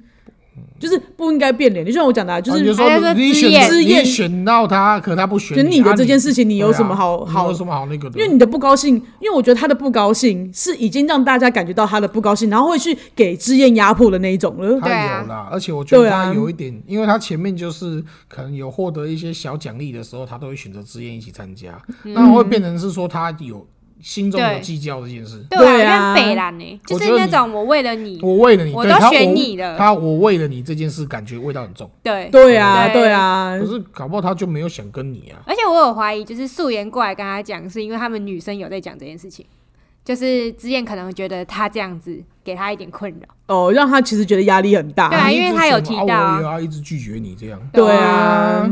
[SPEAKER 1] 就是不应该变脸。就像我讲的、嗯啊，就
[SPEAKER 3] 啊
[SPEAKER 1] 是
[SPEAKER 3] 你就
[SPEAKER 1] 觉
[SPEAKER 3] 说
[SPEAKER 2] 他就说
[SPEAKER 3] 你你
[SPEAKER 2] 自
[SPEAKER 3] 选
[SPEAKER 2] 愿
[SPEAKER 1] 自
[SPEAKER 3] 你
[SPEAKER 1] 愿
[SPEAKER 3] 选到他，可他不选
[SPEAKER 1] 得你的
[SPEAKER 3] 啊
[SPEAKER 1] 这件事情，你
[SPEAKER 3] 你
[SPEAKER 1] 有什么好
[SPEAKER 3] 对啊你
[SPEAKER 1] 好
[SPEAKER 3] 有什么好那个的？
[SPEAKER 1] 因为你的不高兴，因为我觉得他的不高兴是已经让大家感觉到他的不高兴，然后会去给知燕压迫的那一种了。
[SPEAKER 3] 他
[SPEAKER 2] 对啊
[SPEAKER 3] 有啦，而且我觉得
[SPEAKER 1] 对
[SPEAKER 3] 他
[SPEAKER 1] 啊
[SPEAKER 3] 有一点，因为他前面就是可能有获得一些小奖励的时候，他都会选择自愿一起参加，
[SPEAKER 2] 嗯
[SPEAKER 3] 那会变成是说他有心中有
[SPEAKER 2] 对
[SPEAKER 3] 计较这件事。
[SPEAKER 1] 对
[SPEAKER 2] 对
[SPEAKER 1] 啊
[SPEAKER 2] 啊，跟北兰呢，
[SPEAKER 3] 我
[SPEAKER 2] 就
[SPEAKER 3] 觉
[SPEAKER 2] 是
[SPEAKER 3] 得
[SPEAKER 2] 那
[SPEAKER 3] 你
[SPEAKER 2] 种我为了你，
[SPEAKER 3] 我为了你，
[SPEAKER 2] 我
[SPEAKER 3] 对
[SPEAKER 2] 都
[SPEAKER 3] 他
[SPEAKER 2] 选
[SPEAKER 3] 我
[SPEAKER 2] 你了
[SPEAKER 3] 他我为了你这件事，感觉味道很重。
[SPEAKER 2] 对。
[SPEAKER 1] 对啊，
[SPEAKER 2] 对
[SPEAKER 1] 对啊，
[SPEAKER 3] 可是搞不好他就没有想跟你啊。
[SPEAKER 2] 而且我有怀疑，就是素颜过来跟他讲，是因为他们女生有在讲这件事情，就是之燕可能觉得他这样子给他一点困扰。
[SPEAKER 1] 哦，让他其实觉得压力很大。
[SPEAKER 2] 对啊
[SPEAKER 3] 你一
[SPEAKER 2] 因为
[SPEAKER 3] 直
[SPEAKER 2] 他
[SPEAKER 3] 选
[SPEAKER 2] 有
[SPEAKER 3] 我
[SPEAKER 2] 提
[SPEAKER 3] 啊
[SPEAKER 2] 到啊
[SPEAKER 3] 我也要一直拒绝你这样。
[SPEAKER 1] 对
[SPEAKER 3] 对
[SPEAKER 1] 啊，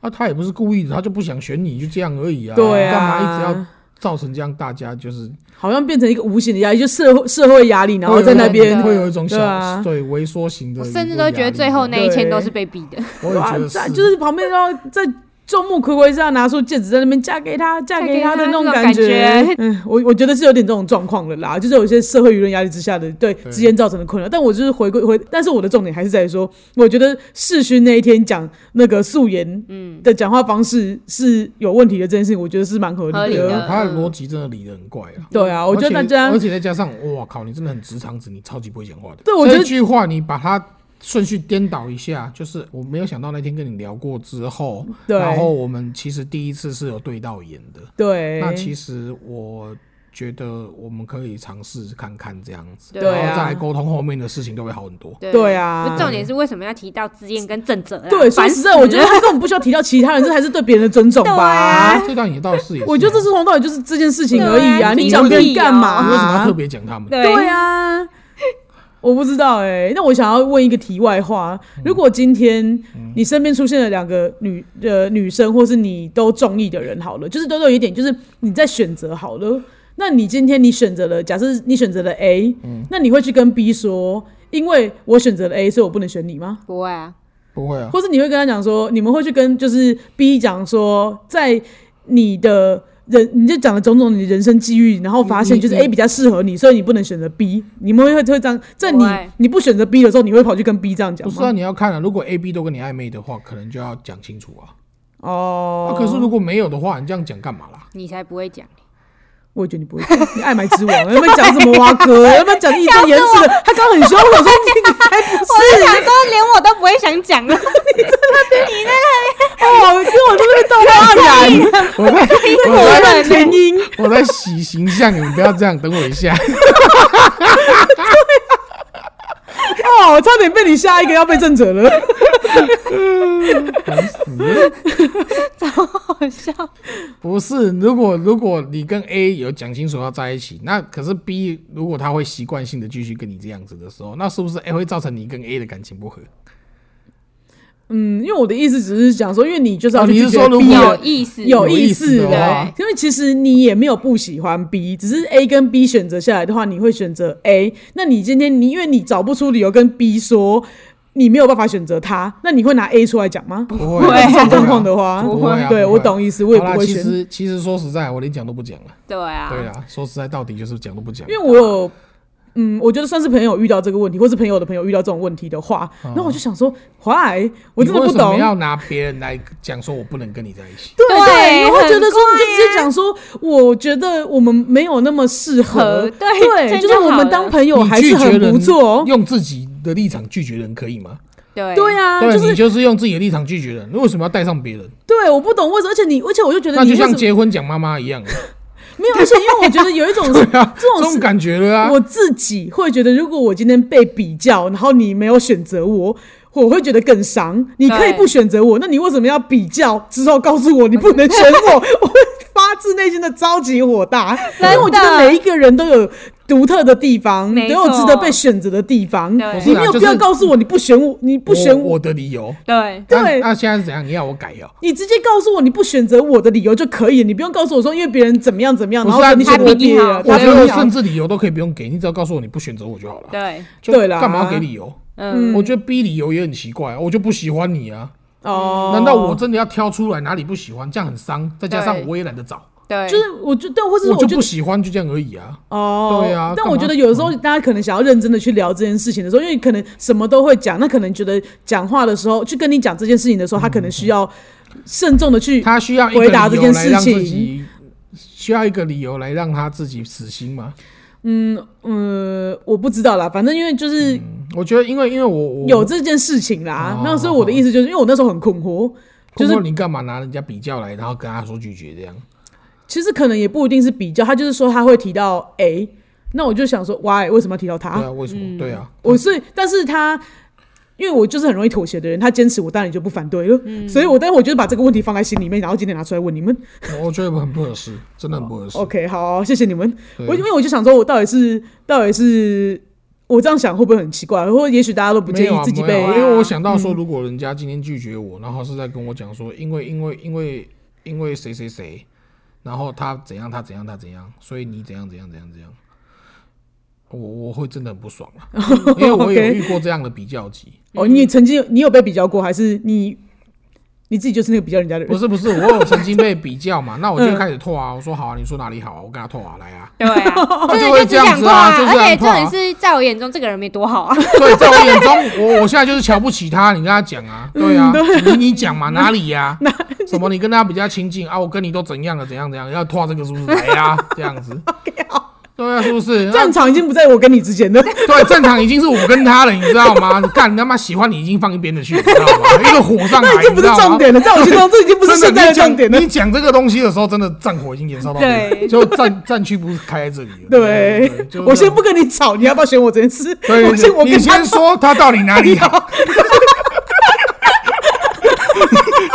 [SPEAKER 3] 啊，他也不是故意的，他就不想选你，就这样而已啊。
[SPEAKER 1] 对啊，
[SPEAKER 3] 干嘛一直要造成这样？大家就是
[SPEAKER 1] 好像变成一个无形的压力，就社会社会压力，然后
[SPEAKER 3] 会有
[SPEAKER 1] 在
[SPEAKER 3] 一
[SPEAKER 1] 那
[SPEAKER 3] 种
[SPEAKER 1] 边
[SPEAKER 3] 会有一种小
[SPEAKER 1] 对啊
[SPEAKER 3] 对微缩型的
[SPEAKER 2] 我
[SPEAKER 3] 一个压
[SPEAKER 2] 甚
[SPEAKER 3] 力，啊
[SPEAKER 2] 至都觉得最后那一千都是被逼的，
[SPEAKER 3] 我也觉得
[SPEAKER 1] 在
[SPEAKER 3] 是，
[SPEAKER 1] 就是旁边然后在众目睽睽之下拿出戒指在那边嫁给他，嫁给他的那种感
[SPEAKER 2] 嫁给他那种感觉
[SPEAKER 1] 嗯，我我觉得是有点这种状况了啦，就是有些社会舆论压力之下的对之间造成的困扰。但我就是回归回，但是我的重点还是在于说，我觉得世勋那一天讲那个素颜
[SPEAKER 2] 嗯，
[SPEAKER 1] 的讲话方式是有问题的这件事情，我觉得是蛮合理
[SPEAKER 2] 合理
[SPEAKER 3] 对啊
[SPEAKER 2] 的嗯
[SPEAKER 3] 他的逻辑真的理得很怪啊。
[SPEAKER 1] 对啊，我觉得大
[SPEAKER 3] 而且
[SPEAKER 1] 家
[SPEAKER 3] 而且再加上，哇靠，你真的很直肠子，你超级不会讲话的。
[SPEAKER 1] 对我觉得
[SPEAKER 3] 这句话你把它顺序颠倒一下，就是我没有想到那天跟你聊过之后，
[SPEAKER 1] 对
[SPEAKER 3] 然后我们其实第一次是有对到眼的，
[SPEAKER 1] 对，
[SPEAKER 3] 那其实我觉得我们可以尝试看看这样子，
[SPEAKER 2] 对啊
[SPEAKER 3] 然后再来沟通后面的事情都会好很多。
[SPEAKER 2] 对
[SPEAKER 1] 对啊
[SPEAKER 2] 不重点是为什么要提到之燕跟郑哲啦？
[SPEAKER 1] 对，说
[SPEAKER 2] 烦
[SPEAKER 1] 实
[SPEAKER 2] 死
[SPEAKER 1] 在，我觉得
[SPEAKER 2] 了
[SPEAKER 1] 他根本不需要提到其他人，这才是对别人的尊重吧。
[SPEAKER 2] 对啊
[SPEAKER 3] 这段也倒是也 是
[SPEAKER 1] 哎
[SPEAKER 3] 啊，
[SPEAKER 1] 我觉得这是从头到尾就是这件事情而已
[SPEAKER 2] 对
[SPEAKER 1] 啊，
[SPEAKER 2] 啊
[SPEAKER 1] 你讲别人干嘛、
[SPEAKER 3] 啊你为什么要特别讲他们？
[SPEAKER 2] 对
[SPEAKER 1] 啊对啊，我不知道哎、那我想要问一个题外话：
[SPEAKER 3] 嗯
[SPEAKER 1] 如果今天你身边出现了两个女呃女生，或是你都中意的人，好了，就是都有一点，就是你在选择好了。那你今天你选择了，假设你选择了 A，、那
[SPEAKER 3] 嗯
[SPEAKER 1] 你会去跟 B 说，因为我选择了 A，所以我不能选你吗？
[SPEAKER 2] 不会啊，
[SPEAKER 3] 不会啊，
[SPEAKER 1] 或是你会跟他讲说，你们会去跟就是 B 讲说，在你的人，你就讲了种种你人生际遇，然后发现
[SPEAKER 3] 你
[SPEAKER 1] 就是
[SPEAKER 3] 你
[SPEAKER 1] A 比较适合你，所以你不能选择 B。你们会会这样，在你
[SPEAKER 2] 不会
[SPEAKER 1] 你不选择 B 的时候，你会跑去跟 B 这样讲
[SPEAKER 3] 不是啊，
[SPEAKER 1] 吗？
[SPEAKER 3] 你要看啊，如果 A、B 都跟你暧昧的话，可能就要讲清楚啊。
[SPEAKER 1] 哦
[SPEAKER 3] 啊，可是如果没有的话，你这样讲干嘛 啦？
[SPEAKER 2] 你才不会讲。
[SPEAKER 1] 我也觉得你不会， 你爱买之王，要不要讲什么蛙哥，要不要讲义正言辞的？他刚刚很凶，我说你你才不是。
[SPEAKER 2] 我就想说，连我都不会想讲啊 了。
[SPEAKER 1] 哦，跟我在那边逗花然，
[SPEAKER 3] 我在
[SPEAKER 1] 我
[SPEAKER 3] 我
[SPEAKER 1] 在
[SPEAKER 3] 在
[SPEAKER 1] 那边填音。
[SPEAKER 3] 我在洗形象，你们不要这样，等我一下。
[SPEAKER 1] 哦，差点被你下一个要被正者了。
[SPEAKER 2] 好笑，
[SPEAKER 3] 不是，如果如果你跟 A 有讲清楚要在一起，那可是 B 如果他会习惯性的继续跟你这样子的时候，那是不是 A 会造成你跟 A 的感情不和？
[SPEAKER 1] 嗯，因为我的意思只是讲说，因为你就是要
[SPEAKER 3] 哦
[SPEAKER 1] 去
[SPEAKER 3] 你是
[SPEAKER 1] 拒绝
[SPEAKER 3] 说如
[SPEAKER 1] B
[SPEAKER 3] 果
[SPEAKER 1] 的
[SPEAKER 2] 有意思，
[SPEAKER 1] 有
[SPEAKER 3] 有
[SPEAKER 1] 意
[SPEAKER 3] 意
[SPEAKER 1] 思
[SPEAKER 3] 思的
[SPEAKER 1] 的
[SPEAKER 2] 话，
[SPEAKER 1] 因为其实你也没有不喜欢 B，只是 A 跟 B 选择下来的话，你会选择 A。那你今天你因为你找不出理由跟 B 说你没有办法选择他，那你会拿 A 出来讲吗？
[SPEAKER 3] 不
[SPEAKER 2] 不会
[SPEAKER 3] 啊
[SPEAKER 1] 这种状况的话，
[SPEAKER 3] 不会
[SPEAKER 1] 对
[SPEAKER 3] 啊不会
[SPEAKER 1] 我懂意思，我也不
[SPEAKER 3] 好啦
[SPEAKER 1] 会
[SPEAKER 3] 其
[SPEAKER 1] 选，
[SPEAKER 3] 实其实说实在，我连讲都不讲了。
[SPEAKER 2] 对啊，
[SPEAKER 3] 对啊，说实在，到底就是讲都不讲。
[SPEAKER 1] 因为我有。嗯，我觉得算是朋友遇到这个问题，或是朋友的朋友遇到这种问题的话，然后我就想说，why？我真的不
[SPEAKER 3] 啊你为什么
[SPEAKER 1] 懂。
[SPEAKER 3] 要拿别人来讲说我不能跟你在一起？
[SPEAKER 1] 对
[SPEAKER 2] 对
[SPEAKER 1] 对，我会觉得说，
[SPEAKER 2] 很啊
[SPEAKER 1] 你就直接讲说，我觉得我们没有那么适合
[SPEAKER 2] 合，对这样
[SPEAKER 1] 就是
[SPEAKER 2] 就
[SPEAKER 1] 我
[SPEAKER 2] 好
[SPEAKER 1] 们
[SPEAKER 2] 了
[SPEAKER 1] 当朋友
[SPEAKER 3] 你
[SPEAKER 1] 还是
[SPEAKER 3] 拒绝
[SPEAKER 1] 很
[SPEAKER 3] 人
[SPEAKER 1] 不错哦。
[SPEAKER 3] 用自己的立场拒绝人可以吗？
[SPEAKER 2] 对
[SPEAKER 1] 对啊，
[SPEAKER 3] 对，
[SPEAKER 1] 就是
[SPEAKER 3] 你就是用自己的立场拒绝人，你为什么要带上别人？
[SPEAKER 1] 对，我不懂为什么，而且你，而且我就觉得
[SPEAKER 3] 那
[SPEAKER 1] 你
[SPEAKER 3] 就
[SPEAKER 1] 为什
[SPEAKER 3] 像
[SPEAKER 1] 么
[SPEAKER 3] 结婚讲妈妈一样，啊
[SPEAKER 1] 没有，而且因为我觉得有一种 这
[SPEAKER 3] 这
[SPEAKER 1] 种
[SPEAKER 3] 种
[SPEAKER 1] 事
[SPEAKER 3] 感觉了啊。
[SPEAKER 1] 我自己会觉得，如果我今天被比较，然后你没有选择我，我会觉得更伤。你可以
[SPEAKER 2] 对
[SPEAKER 1] 不选择我，那你为什么要比较之后告诉我你不能选我？我会发自内心的超级火大，因
[SPEAKER 2] 真的
[SPEAKER 1] 为我觉得每一个人都有。独特的地方，
[SPEAKER 2] 没
[SPEAKER 1] 都
[SPEAKER 2] 错
[SPEAKER 1] 有值得被选择的地方。
[SPEAKER 2] 对
[SPEAKER 1] 你没有必要告诉我你不选我，你不选
[SPEAKER 3] 我
[SPEAKER 1] 我，
[SPEAKER 3] 我的理由。
[SPEAKER 2] 对
[SPEAKER 1] 对
[SPEAKER 3] 那那现在是怎样？你要我改哦？
[SPEAKER 1] 你直接告诉我你不选择我的理由就可以，你不用告诉我说因为别人怎么样怎么样，
[SPEAKER 3] 不
[SPEAKER 1] 然
[SPEAKER 3] 是
[SPEAKER 1] 后
[SPEAKER 3] 啊
[SPEAKER 1] 说你
[SPEAKER 3] 他
[SPEAKER 1] 选择
[SPEAKER 2] 比你
[SPEAKER 1] 别人
[SPEAKER 2] 好
[SPEAKER 1] 啊，
[SPEAKER 2] 我
[SPEAKER 1] 他
[SPEAKER 3] 我
[SPEAKER 1] 比
[SPEAKER 3] 觉得
[SPEAKER 1] 你
[SPEAKER 3] 你
[SPEAKER 1] 好
[SPEAKER 3] 甚至理由都可以不用给，你只要告诉我你不选择我就好了。
[SPEAKER 2] 嗯对，
[SPEAKER 3] 就
[SPEAKER 1] 对啦
[SPEAKER 3] 干嘛给理由？
[SPEAKER 2] 嗯，
[SPEAKER 3] 我觉得逼理由也很奇怪啊，我就不喜欢你啊！
[SPEAKER 1] 哦，
[SPEAKER 3] 难道我真的要挑出来哪里不喜欢？这样很伤，再加上
[SPEAKER 2] 对
[SPEAKER 3] 我也懒得找，
[SPEAKER 2] 对，
[SPEAKER 1] 就是我就对，或者是
[SPEAKER 3] 我就
[SPEAKER 1] 觉
[SPEAKER 3] 不
[SPEAKER 1] 得
[SPEAKER 3] 喜欢，就这样而已啊。
[SPEAKER 1] 哦，
[SPEAKER 3] 对啊
[SPEAKER 1] 但
[SPEAKER 3] 干
[SPEAKER 1] 我
[SPEAKER 3] 嘛
[SPEAKER 1] 觉得有的时候大家可能想要认真的去聊这件事情的时候，因为可能什么都会讲，那可能觉得讲话的时候，去跟你讲这件事情的时候，他可能
[SPEAKER 3] 嗯
[SPEAKER 1] 需要慎重的去。
[SPEAKER 3] 他需要一个
[SPEAKER 1] 嗯回答这
[SPEAKER 3] 理由
[SPEAKER 1] 件
[SPEAKER 3] 来
[SPEAKER 1] 事
[SPEAKER 3] 让自
[SPEAKER 1] 情
[SPEAKER 3] 己，需要一个理由来让他自己死心吗？
[SPEAKER 1] 呃，我不知道啦，反正因为就是
[SPEAKER 3] 我觉得，因为因为我我
[SPEAKER 1] 有这件事情啦。
[SPEAKER 3] 哦
[SPEAKER 1] 那所以我的意思就是，因为我那时候很困惑，就
[SPEAKER 3] 就是是你干嘛拿人家比较来，然后跟他说拒绝这样？
[SPEAKER 1] 其实可能也不一定是比较，他就是说他会提到 A，那我就想说 why 为什么要提到他
[SPEAKER 3] 对？啊，为什
[SPEAKER 1] 嗯
[SPEAKER 3] 么？对啊，
[SPEAKER 1] 我是，但是他。因为我就是很容易妥协的人，他坚持我当然也就不反对了，
[SPEAKER 3] 嗯
[SPEAKER 1] 所以我但我就是把这个问题放在心里面，然后今天拿出来问你们。
[SPEAKER 3] 我觉得很不合适，真的很不合适。
[SPEAKER 1] 哦 OK，好，谢谢你们。
[SPEAKER 3] 对
[SPEAKER 1] 我因为我就想说，我到底是到底是我这样想会不会很奇怪？或者也许大家都不介
[SPEAKER 3] 没
[SPEAKER 1] 意
[SPEAKER 3] 有啊
[SPEAKER 1] 自己
[SPEAKER 3] 没
[SPEAKER 1] 被嗯
[SPEAKER 3] 有啊因为我想到说，如果人家今天拒绝我，然后是在跟我讲说，因为因为因为因为谁谁谁，然后他怎样他怎样他怎样，所以你怎样怎样怎样怎样，我我会真的很不爽 啊，因为我有
[SPEAKER 1] OK
[SPEAKER 3] 遇过这样的比较级。
[SPEAKER 1] 哦，你曾经你有被比较过，还是你你自己就是那个比较人家的
[SPEAKER 3] 不
[SPEAKER 1] 人？
[SPEAKER 3] 是不是，我有曾经被比较嘛，那我
[SPEAKER 1] 嗯
[SPEAKER 3] 就开始拓啊，我说好啊，你说哪里好啊，我跟他拓啊，来啊，
[SPEAKER 2] 对 啊，真
[SPEAKER 3] 就
[SPEAKER 2] 的
[SPEAKER 3] 会
[SPEAKER 2] 就只
[SPEAKER 3] 这样
[SPEAKER 2] 想
[SPEAKER 3] 子
[SPEAKER 2] 过
[SPEAKER 3] 啊就
[SPEAKER 2] 而
[SPEAKER 3] 这样
[SPEAKER 2] 且
[SPEAKER 3] 泡
[SPEAKER 2] 重
[SPEAKER 3] 啊
[SPEAKER 2] 点是在我眼中这个人没多好啊，
[SPEAKER 3] 所以在我眼中，我我现在就是瞧不起他，你跟他讲啊，
[SPEAKER 1] 嗯
[SPEAKER 3] 对啊，你 你讲嘛，哪里呀、什么你跟他比较亲近啊，我跟你都怎样了，怎样怎样，要拖这个是不是？来 呀、这样子，对啊，是不是？啊
[SPEAKER 1] 战场已经不在我跟你之间了。
[SPEAKER 3] 对，战场已经是我跟他了，你知道吗？你 干你他妈喜欢你已经放一边的去，你知道 吗？一个火上来，
[SPEAKER 1] 那已经
[SPEAKER 3] 你
[SPEAKER 1] 不
[SPEAKER 3] 知
[SPEAKER 1] 是
[SPEAKER 3] 道
[SPEAKER 1] 重
[SPEAKER 3] 吗？
[SPEAKER 1] 点了，在我心中这已经不是现
[SPEAKER 3] 真的，
[SPEAKER 1] 在的
[SPEAKER 3] 你
[SPEAKER 1] 重
[SPEAKER 3] 讲
[SPEAKER 1] 点了。
[SPEAKER 3] 你讲这个东西的时候，真的战火已经燃烧到底了
[SPEAKER 2] 对
[SPEAKER 3] 就战战区不是开在这里了。
[SPEAKER 1] 对
[SPEAKER 3] 对，就是
[SPEAKER 1] 我先不跟你吵，你要不要选我这件事？
[SPEAKER 3] 对，
[SPEAKER 1] 我先我
[SPEAKER 3] 你
[SPEAKER 1] 跟他
[SPEAKER 3] 先说他到底哪里 啊好。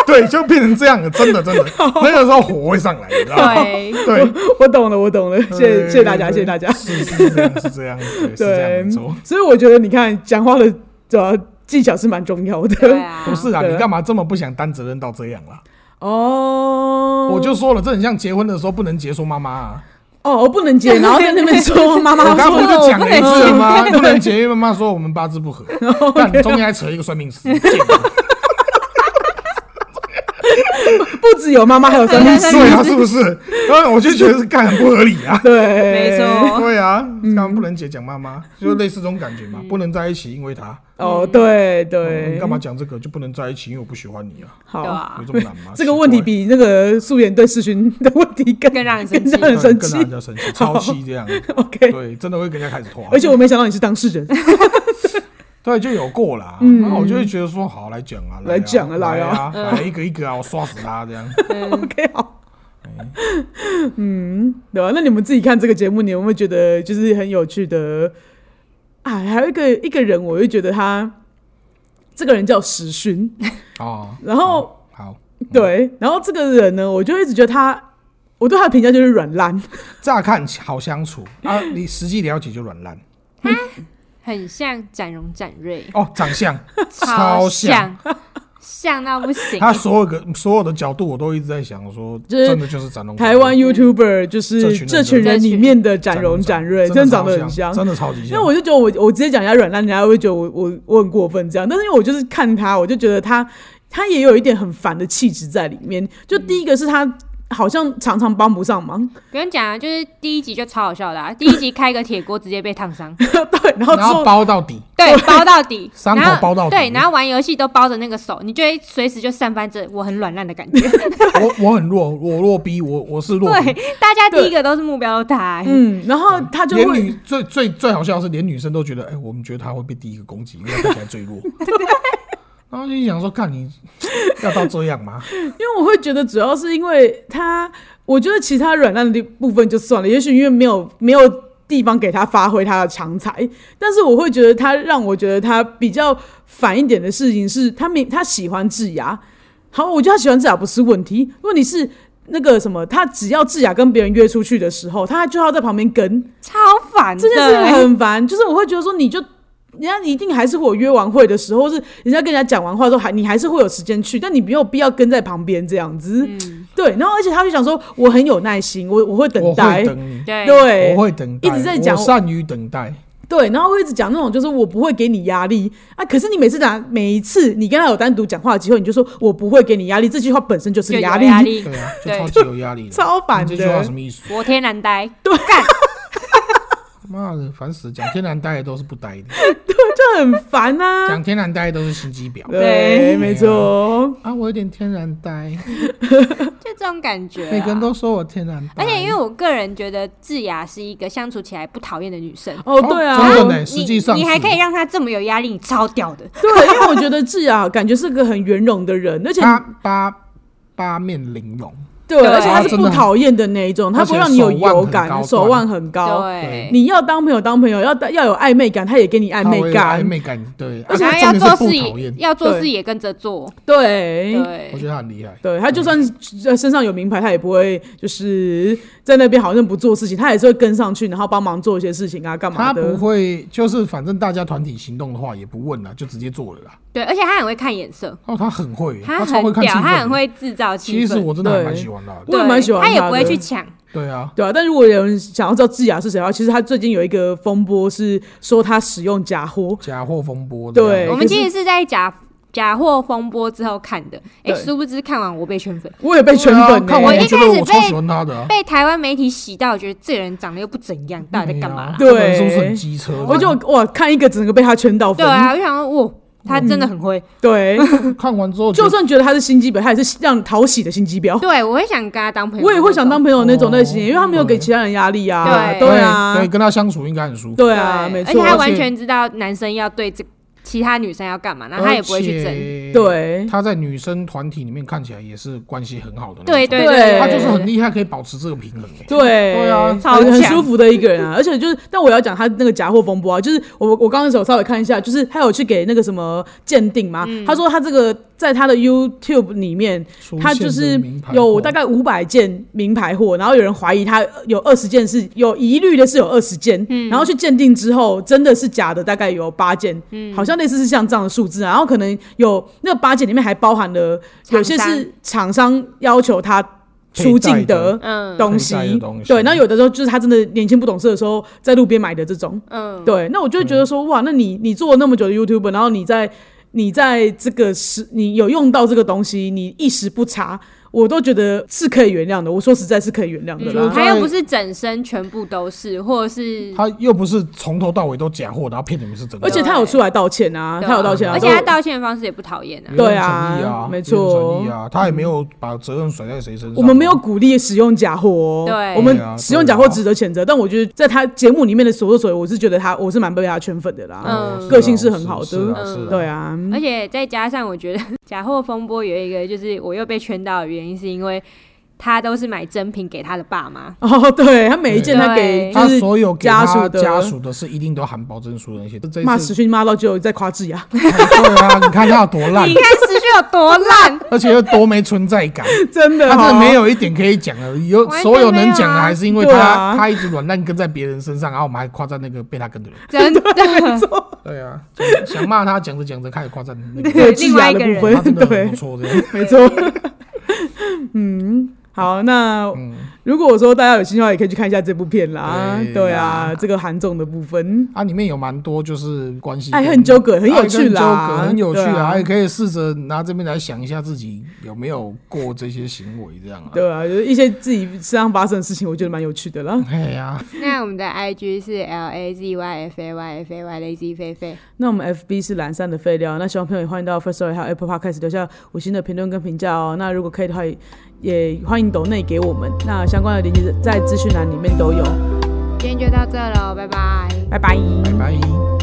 [SPEAKER 3] 对，就变成这样了，真的真的，那个时候火会上来，你知道吗？
[SPEAKER 2] 对，
[SPEAKER 3] 对，啊
[SPEAKER 1] 我懂了，我懂了，谢谢谢谢大家，
[SPEAKER 3] 嗯对
[SPEAKER 1] 谢谢大家。
[SPEAKER 3] 是是这样，是这 样，对，是这样，
[SPEAKER 1] 对
[SPEAKER 3] 没错。，
[SPEAKER 1] 所以我觉得你看讲话的呃技巧是蛮重要
[SPEAKER 2] 对
[SPEAKER 1] 的。
[SPEAKER 2] 啊，
[SPEAKER 3] 不是啊，
[SPEAKER 1] 对
[SPEAKER 3] 你干嘛这么不想担责任到这样啦？
[SPEAKER 1] 哦，
[SPEAKER 3] 我就说了，这很像结婚的时候不能结说妈妈啊。
[SPEAKER 1] 哦，我不能 接，然后在那边说妈妈
[SPEAKER 3] 我刚
[SPEAKER 1] 哦说
[SPEAKER 3] 不是就讲了一次了吗？
[SPEAKER 1] 对
[SPEAKER 3] 不能结，因为妈妈说我们八 字不合。
[SPEAKER 1] 哦
[SPEAKER 3] 但你中间还扯一个算命师，贱
[SPEAKER 1] 不只有妈妈，还有三律师。
[SPEAKER 3] 对啊，是 不是？然后我就觉得是干很不合理啊。
[SPEAKER 1] 对，
[SPEAKER 2] 没。错，
[SPEAKER 3] 对啊，
[SPEAKER 1] 嗯
[SPEAKER 3] 刚不能姐讲妈妈，就类似这种感觉嘛，不能在一起，因为他。
[SPEAKER 1] 哦，对
[SPEAKER 3] 嗯
[SPEAKER 1] 嗯对
[SPEAKER 3] 你，干嘛讲这个？就不能在一起，因为我不喜欢你啊，
[SPEAKER 1] 好，
[SPEAKER 2] 对吧
[SPEAKER 3] 有？这么难吗？
[SPEAKER 1] 这个问题比那个素颜对世勋的问题更
[SPEAKER 2] 更让人 生气
[SPEAKER 1] 更让人生
[SPEAKER 3] 奇怪更
[SPEAKER 1] 气
[SPEAKER 3] 让。人家生气，超气这样。
[SPEAKER 1] OK，
[SPEAKER 3] 对，真的会跟人家开始拖。
[SPEAKER 1] 而且我没想到你是当事人。
[SPEAKER 3] 对，就有过啦。然后我就会觉得说，好来讲啊，
[SPEAKER 1] 嗯来讲啊来
[SPEAKER 3] 来 啊
[SPEAKER 1] 啊，
[SPEAKER 3] 来一个一个啊，我刷死他 这样。
[SPEAKER 1] OK，好。哎 嗯，对吧、那你们自己看这个节目，你有没有觉得就是很有趣的？哎，还有一个一个人，我就觉得他这个人叫石 勋，
[SPEAKER 3] 哦，
[SPEAKER 1] 然后
[SPEAKER 3] 好，
[SPEAKER 1] 对，然后这个人呢，我就一直觉得他，我对他的评价就是软烂，
[SPEAKER 3] 乍看好相处啊，你实际了解就软烂
[SPEAKER 2] 很像展荣展瑞，
[SPEAKER 3] 哦，长相
[SPEAKER 2] 超
[SPEAKER 3] 像，
[SPEAKER 2] 像到不行。
[SPEAKER 3] 他所有个所有的角度，我都一直在想说，
[SPEAKER 1] 就是
[SPEAKER 3] 真的就是展龙
[SPEAKER 1] 台湾 YouTuber 就是这
[SPEAKER 3] 这
[SPEAKER 1] 群
[SPEAKER 3] 群
[SPEAKER 1] 人
[SPEAKER 2] 人
[SPEAKER 1] 里面的展荣、展瑞，真的长得很像。
[SPEAKER 3] 真的超级
[SPEAKER 1] 因为
[SPEAKER 3] 像。
[SPEAKER 1] 我就觉得我我直接讲人家软烂，人家会觉得我我我很过分这样。但是因为我就是看他，我就觉得他他也有一点很烦的气质在里面。就第一个是他好像常常帮不上忙，
[SPEAKER 2] 不用讲啊，就是第一集就超好笑的、啊，第一集开个铁锅直接被烫 伤，
[SPEAKER 1] 对，然后之
[SPEAKER 3] 然后
[SPEAKER 1] 后
[SPEAKER 3] 包到底，
[SPEAKER 2] 对，包到底，
[SPEAKER 3] 伤口
[SPEAKER 2] 然后
[SPEAKER 3] 包到底
[SPEAKER 2] 对，然后玩游戏都包着那个手，你就会随时就散发着我很软烂的感觉。
[SPEAKER 3] 我我很弱，我弱逼，我我是弱 逼。
[SPEAKER 2] 对，大家第一个都是目标都他、欸
[SPEAKER 1] 嗯，然后他就
[SPEAKER 3] 连
[SPEAKER 1] 会
[SPEAKER 3] 女最最最好笑的是，连女生都觉得，哎、我们觉得他会被第一个攻击，因为他看起来最 弱。然后就想说，看你要到这样吗？
[SPEAKER 1] 因为我会觉得主要是因为他，我觉得其他软烂的部分就算了，也许因为没有没有地方给他发挥他的长才，但是我会觉得他让我觉得他比较烦一点的事情是他明他喜欢智雅，好，我觉得他喜欢智雅不是问题，问题是。那个什么，他只要智雅跟别人约出去的时候，他就要在旁边跟，
[SPEAKER 2] 超烦的、
[SPEAKER 1] 这件事情
[SPEAKER 2] 欸
[SPEAKER 1] 很烦，就是我会觉得说，你就人家一定还是会有约完会的时候，或是人家跟人家讲完话之后，还你还是会有时间去，但你没有必要跟在旁边这样子。
[SPEAKER 2] 嗯
[SPEAKER 1] 对，然后而且他就想说，我很有耐心，我我会等
[SPEAKER 3] 我
[SPEAKER 1] 待
[SPEAKER 3] 会。等你，
[SPEAKER 2] 对
[SPEAKER 1] 对
[SPEAKER 3] 我，会等待，
[SPEAKER 1] 一直在讲
[SPEAKER 3] 我善于等待。
[SPEAKER 1] 对，然后会一直讲那种，就是我不会给你压力啊。可是你每次打每一次你跟他有单独讲话的机会，你就说我不会给你压力，这句话本身就是
[SPEAKER 2] 就有
[SPEAKER 1] 压
[SPEAKER 2] 压
[SPEAKER 1] 力，
[SPEAKER 2] 力，
[SPEAKER 3] 对啊，就
[SPEAKER 2] 对
[SPEAKER 3] 超级有压力的。
[SPEAKER 1] 超烦
[SPEAKER 3] 你这句话
[SPEAKER 1] 的
[SPEAKER 3] 什。么意思？
[SPEAKER 2] 我天然呆，
[SPEAKER 3] 妈的，烦死了！讲天然呆的都是不呆的，
[SPEAKER 1] 就很烦呐、啊。
[SPEAKER 3] 讲天然呆的都是心机婊
[SPEAKER 1] 对，
[SPEAKER 2] 对
[SPEAKER 1] 没错。
[SPEAKER 3] 啊！我有点天然呆，
[SPEAKER 2] 就这种感觉、啊。
[SPEAKER 3] 每个人都嗯说我天然呆，
[SPEAKER 2] 而且因为我个人觉得智雅是一个相处起来不讨厌的女生，
[SPEAKER 1] 哦，对啊，
[SPEAKER 3] 哎真的呢
[SPEAKER 2] 你
[SPEAKER 3] 实际上
[SPEAKER 2] 你
[SPEAKER 3] 是
[SPEAKER 2] 还可以让她这么有压力，你超屌的。
[SPEAKER 1] 对，因为我觉得智雅感觉是个很圆融的人，而且
[SPEAKER 3] 八八八面玲珑，
[SPEAKER 1] 对，
[SPEAKER 2] 对
[SPEAKER 1] 而且他是
[SPEAKER 3] 啊真
[SPEAKER 1] 不
[SPEAKER 3] 的很
[SPEAKER 1] 讨厌的那一种，他
[SPEAKER 3] 而
[SPEAKER 1] 不
[SPEAKER 3] 且
[SPEAKER 1] 让你有
[SPEAKER 3] 手腕
[SPEAKER 1] 有
[SPEAKER 3] 很
[SPEAKER 1] 感，
[SPEAKER 3] 高
[SPEAKER 1] 手
[SPEAKER 3] 段
[SPEAKER 1] 腕很高。
[SPEAKER 2] 对，
[SPEAKER 1] 你要当朋友当朋友，要要有暧昧感，他也给你暧
[SPEAKER 3] 她会
[SPEAKER 1] 昧
[SPEAKER 3] 有
[SPEAKER 1] 感
[SPEAKER 3] 暧。昧感对，
[SPEAKER 1] 而且
[SPEAKER 2] 然后
[SPEAKER 3] 啊重
[SPEAKER 2] 要
[SPEAKER 3] 点
[SPEAKER 2] 做
[SPEAKER 3] 是不
[SPEAKER 2] 事
[SPEAKER 3] 讨厌
[SPEAKER 2] 也，
[SPEAKER 3] 哎
[SPEAKER 2] 要做
[SPEAKER 1] 对
[SPEAKER 2] 事也跟着做，
[SPEAKER 1] 对
[SPEAKER 3] 我
[SPEAKER 2] 对
[SPEAKER 3] 觉得她很厉害。
[SPEAKER 1] 对，他就算是身上有名牌，他也不会就是在那边好像不做事情，他也是会跟上去，然后帮忙做一些事情啊，干嘛
[SPEAKER 3] 她不
[SPEAKER 1] 的。
[SPEAKER 3] 会，就是反正大家团体行动的话，也不问了，就直接做了啦。
[SPEAKER 2] 对，而且她很会看眼色，
[SPEAKER 3] 哦，她很会，她
[SPEAKER 2] 她
[SPEAKER 3] 超会
[SPEAKER 2] 很
[SPEAKER 3] 看气
[SPEAKER 2] 屌，
[SPEAKER 3] 氛
[SPEAKER 2] 她
[SPEAKER 3] 的。
[SPEAKER 2] 很会制造气
[SPEAKER 3] 其
[SPEAKER 2] 氛。
[SPEAKER 3] 实我真的还蛮
[SPEAKER 1] 对
[SPEAKER 3] 喜欢她的。
[SPEAKER 1] 我也蛮喜欢
[SPEAKER 2] 她，也
[SPEAKER 1] 她
[SPEAKER 2] 不会
[SPEAKER 1] 的
[SPEAKER 2] 去抢，
[SPEAKER 3] 对啊，
[SPEAKER 1] 对啊，但如果有人想要知道智雅是谁的话，其实他最近有一个风波是说他使用假货，
[SPEAKER 3] 假货风波啊这样。
[SPEAKER 1] 对
[SPEAKER 2] 我们
[SPEAKER 1] 可是
[SPEAKER 2] 其实是在假假货风波之后看的，哎、
[SPEAKER 1] 对
[SPEAKER 2] 殊不知看完我被圈粉，
[SPEAKER 1] 我也被
[SPEAKER 3] 对
[SPEAKER 1] 圈
[SPEAKER 3] 啊
[SPEAKER 1] 粉、欸。
[SPEAKER 3] 看完
[SPEAKER 2] 我
[SPEAKER 3] 我
[SPEAKER 2] 一
[SPEAKER 3] 觉
[SPEAKER 2] 开
[SPEAKER 3] 得
[SPEAKER 2] 始
[SPEAKER 3] 我超
[SPEAKER 2] 被
[SPEAKER 3] 喜欢她的啊。
[SPEAKER 2] 被台湾媒体洗到，我觉得这个人长得又不怎样，到底在干嘛、
[SPEAKER 1] 对
[SPEAKER 3] 这个人是不是很机车？
[SPEAKER 1] 我就哇，看一个整个被他圈到
[SPEAKER 2] 对
[SPEAKER 1] 粉。
[SPEAKER 2] 啊，我想说，哇，他真的很会。
[SPEAKER 1] 对，
[SPEAKER 3] 看完之后觉
[SPEAKER 1] 就
[SPEAKER 3] 得，
[SPEAKER 1] 算觉得他是心机婊，他也是让讨喜的心机婊。
[SPEAKER 2] 对，我会想跟他当朋友，
[SPEAKER 1] 我也会想当朋友那种类型，
[SPEAKER 3] 哦
[SPEAKER 1] 因为他没有给其他人压力啊。
[SPEAKER 2] 对
[SPEAKER 1] 对
[SPEAKER 3] 对，
[SPEAKER 1] 啊，
[SPEAKER 3] 跟他相处应该很舒服。
[SPEAKER 1] 对啊，没
[SPEAKER 2] 而且
[SPEAKER 1] 错。
[SPEAKER 2] 他完
[SPEAKER 3] 而且
[SPEAKER 2] 全知道男生要对这其他女生要干嘛，然后他也不会去争。
[SPEAKER 3] 争。
[SPEAKER 1] 对
[SPEAKER 3] 他在女生团体里面看起来也是关系很好的那种，
[SPEAKER 2] 对对
[SPEAKER 1] 对
[SPEAKER 2] 对，
[SPEAKER 3] 他就是很厉害，可以保持这个平衡、欸。
[SPEAKER 1] 对
[SPEAKER 3] 对啊
[SPEAKER 1] 很
[SPEAKER 2] 超
[SPEAKER 1] 很
[SPEAKER 2] 强
[SPEAKER 1] 舒服的一个人啊。而 且就是，但我要讲他那个假货风波啊，就是我我刚刚手稍微看一下，就是他有去给那个什么鉴定嘛，
[SPEAKER 2] 嗯
[SPEAKER 1] 他说他这个在他的 YouTube 里面，
[SPEAKER 3] 欸出
[SPEAKER 1] 他
[SPEAKER 3] 现
[SPEAKER 1] 就
[SPEAKER 3] 的
[SPEAKER 1] 是
[SPEAKER 3] 名牌
[SPEAKER 1] 有
[SPEAKER 3] 货
[SPEAKER 1] 大概五百件名牌货，然后有人怀疑他有二十件是有疑虑的是有二十件，然后去鉴定之后真的是假的，大概有八件，好像类似是像这样的数字啊，然后可能有那八件里面还包含了有些
[SPEAKER 2] 厂
[SPEAKER 1] 是
[SPEAKER 2] 商
[SPEAKER 1] 厂商要求他
[SPEAKER 3] 佩
[SPEAKER 1] 出境
[SPEAKER 3] 戴的
[SPEAKER 2] 嗯
[SPEAKER 1] 东
[SPEAKER 3] 佩戴
[SPEAKER 1] 西
[SPEAKER 3] 的东，西
[SPEAKER 1] 对，那有的时候就是他真的年轻不懂事的时候在路边买的这种，
[SPEAKER 2] 嗯，
[SPEAKER 1] 对，那我就会觉得说，哇，那你你做了那么久的 YouTube，然后你在你在这个时，你有用到这个东西，你一时不查，我都觉得是可以原谅的。我说实在是可以原谅的
[SPEAKER 3] 嗯
[SPEAKER 1] 啦。
[SPEAKER 2] 他又不是整身全部都是，或者是
[SPEAKER 3] 他又不是从头到尾都假货，然后骗你们是真 的，
[SPEAKER 1] 而且他有出来道歉啊，
[SPEAKER 2] 对啊
[SPEAKER 1] 他有道歉啊，
[SPEAKER 2] 而且他
[SPEAKER 1] 说
[SPEAKER 2] 道歉的方式也不讨厌啊
[SPEAKER 3] 有。
[SPEAKER 1] 对
[SPEAKER 3] 点
[SPEAKER 1] 啊
[SPEAKER 3] 诚意啊，
[SPEAKER 1] 没
[SPEAKER 3] 有点
[SPEAKER 1] 错
[SPEAKER 3] 诚意啊，他也没有把责任甩在谁身上。啊哦
[SPEAKER 1] 我们没有鼓励使用假货哦，
[SPEAKER 2] 对
[SPEAKER 1] 我们
[SPEAKER 3] 对啊
[SPEAKER 1] 使用假货值得谴责，但我觉得在他节目里面的所作所为，我是觉得他我是蛮被他圈粉的啦。
[SPEAKER 2] 嗯
[SPEAKER 3] 啊
[SPEAKER 1] 个性是很好的
[SPEAKER 3] 是啊是啊，
[SPEAKER 1] 对啊，
[SPEAKER 2] 而 且再加上，我觉得假货风波有一个就是我又被圈到的原因，是因为他都是买真品给他的爸妈。
[SPEAKER 1] 哦，对他每一件他给
[SPEAKER 2] 对
[SPEAKER 1] 就
[SPEAKER 3] 他
[SPEAKER 1] 是
[SPEAKER 3] 所有给
[SPEAKER 1] 家
[SPEAKER 3] 他
[SPEAKER 1] 属的
[SPEAKER 3] 家属的是一定都含保证书的那些，这这一
[SPEAKER 1] 骂
[SPEAKER 3] 次
[SPEAKER 1] 时讯骂到只有在夸智雅，
[SPEAKER 3] 对啊，你看他有多烂
[SPEAKER 2] 你，看时序有多 烂，
[SPEAKER 3] 而且又多没存在感，
[SPEAKER 1] 真的， 哦
[SPEAKER 3] 他真的
[SPEAKER 1] 好
[SPEAKER 3] 没。有一点可以讲的，有
[SPEAKER 2] 完全
[SPEAKER 3] 所有能
[SPEAKER 2] 没有
[SPEAKER 3] 讲的
[SPEAKER 2] 啊
[SPEAKER 3] 还是因为
[SPEAKER 1] 对
[SPEAKER 3] 他、
[SPEAKER 1] 啊
[SPEAKER 3] 他一直软烂跟在别人身上，啊然后我们还夸赞那个被他跟的人。
[SPEAKER 2] 真的。
[SPEAKER 3] 对啊，想骂他讲着讲着开始夸赞那 个，
[SPEAKER 1] 对智
[SPEAKER 2] 另
[SPEAKER 1] 雅
[SPEAKER 2] 外一
[SPEAKER 1] 的
[SPEAKER 2] 个
[SPEAKER 1] 部
[SPEAKER 2] 人
[SPEAKER 3] 他
[SPEAKER 1] 分，
[SPEAKER 3] 啊真的
[SPEAKER 1] 对
[SPEAKER 3] 很不，错这样。
[SPEAKER 1] 没错。 嗯，好，那如果我说大家有兴趣的话，也可以去看一下这部片啦。
[SPEAKER 3] 嗯对
[SPEAKER 1] 对啊
[SPEAKER 3] 啊，
[SPEAKER 1] 这个韩总的部分，
[SPEAKER 3] 啊，里面有蛮多就是关系哎
[SPEAKER 1] 爱
[SPEAKER 3] 跟
[SPEAKER 1] 恨纠葛哎很有趣
[SPEAKER 3] 爱恨纠
[SPEAKER 1] 啦
[SPEAKER 3] 葛很有趣
[SPEAKER 1] 对啊
[SPEAKER 3] 啊，也可以试着拿这边来想一下自己有没有过这些行为这样啊。
[SPEAKER 1] 对啊，就是一些自己身上发生的事情，我觉得蛮有趣的啦。
[SPEAKER 3] 哎呀，
[SPEAKER 2] 那我们的 IG 是 L A Z Y F A Y F A Y Lazy 菲菲，
[SPEAKER 1] 那我们 FB 是懒散的废料，那希望朋友也欢迎到 First Story 还有 Apple Podcast 留下五星的评论跟评价哦。那如果可以的话，也也欢迎抖内给我们，那相关的链接在资讯栏里面都有。
[SPEAKER 2] 今天就到这喽，拜拜。
[SPEAKER 1] 拜拜
[SPEAKER 3] 拜拜。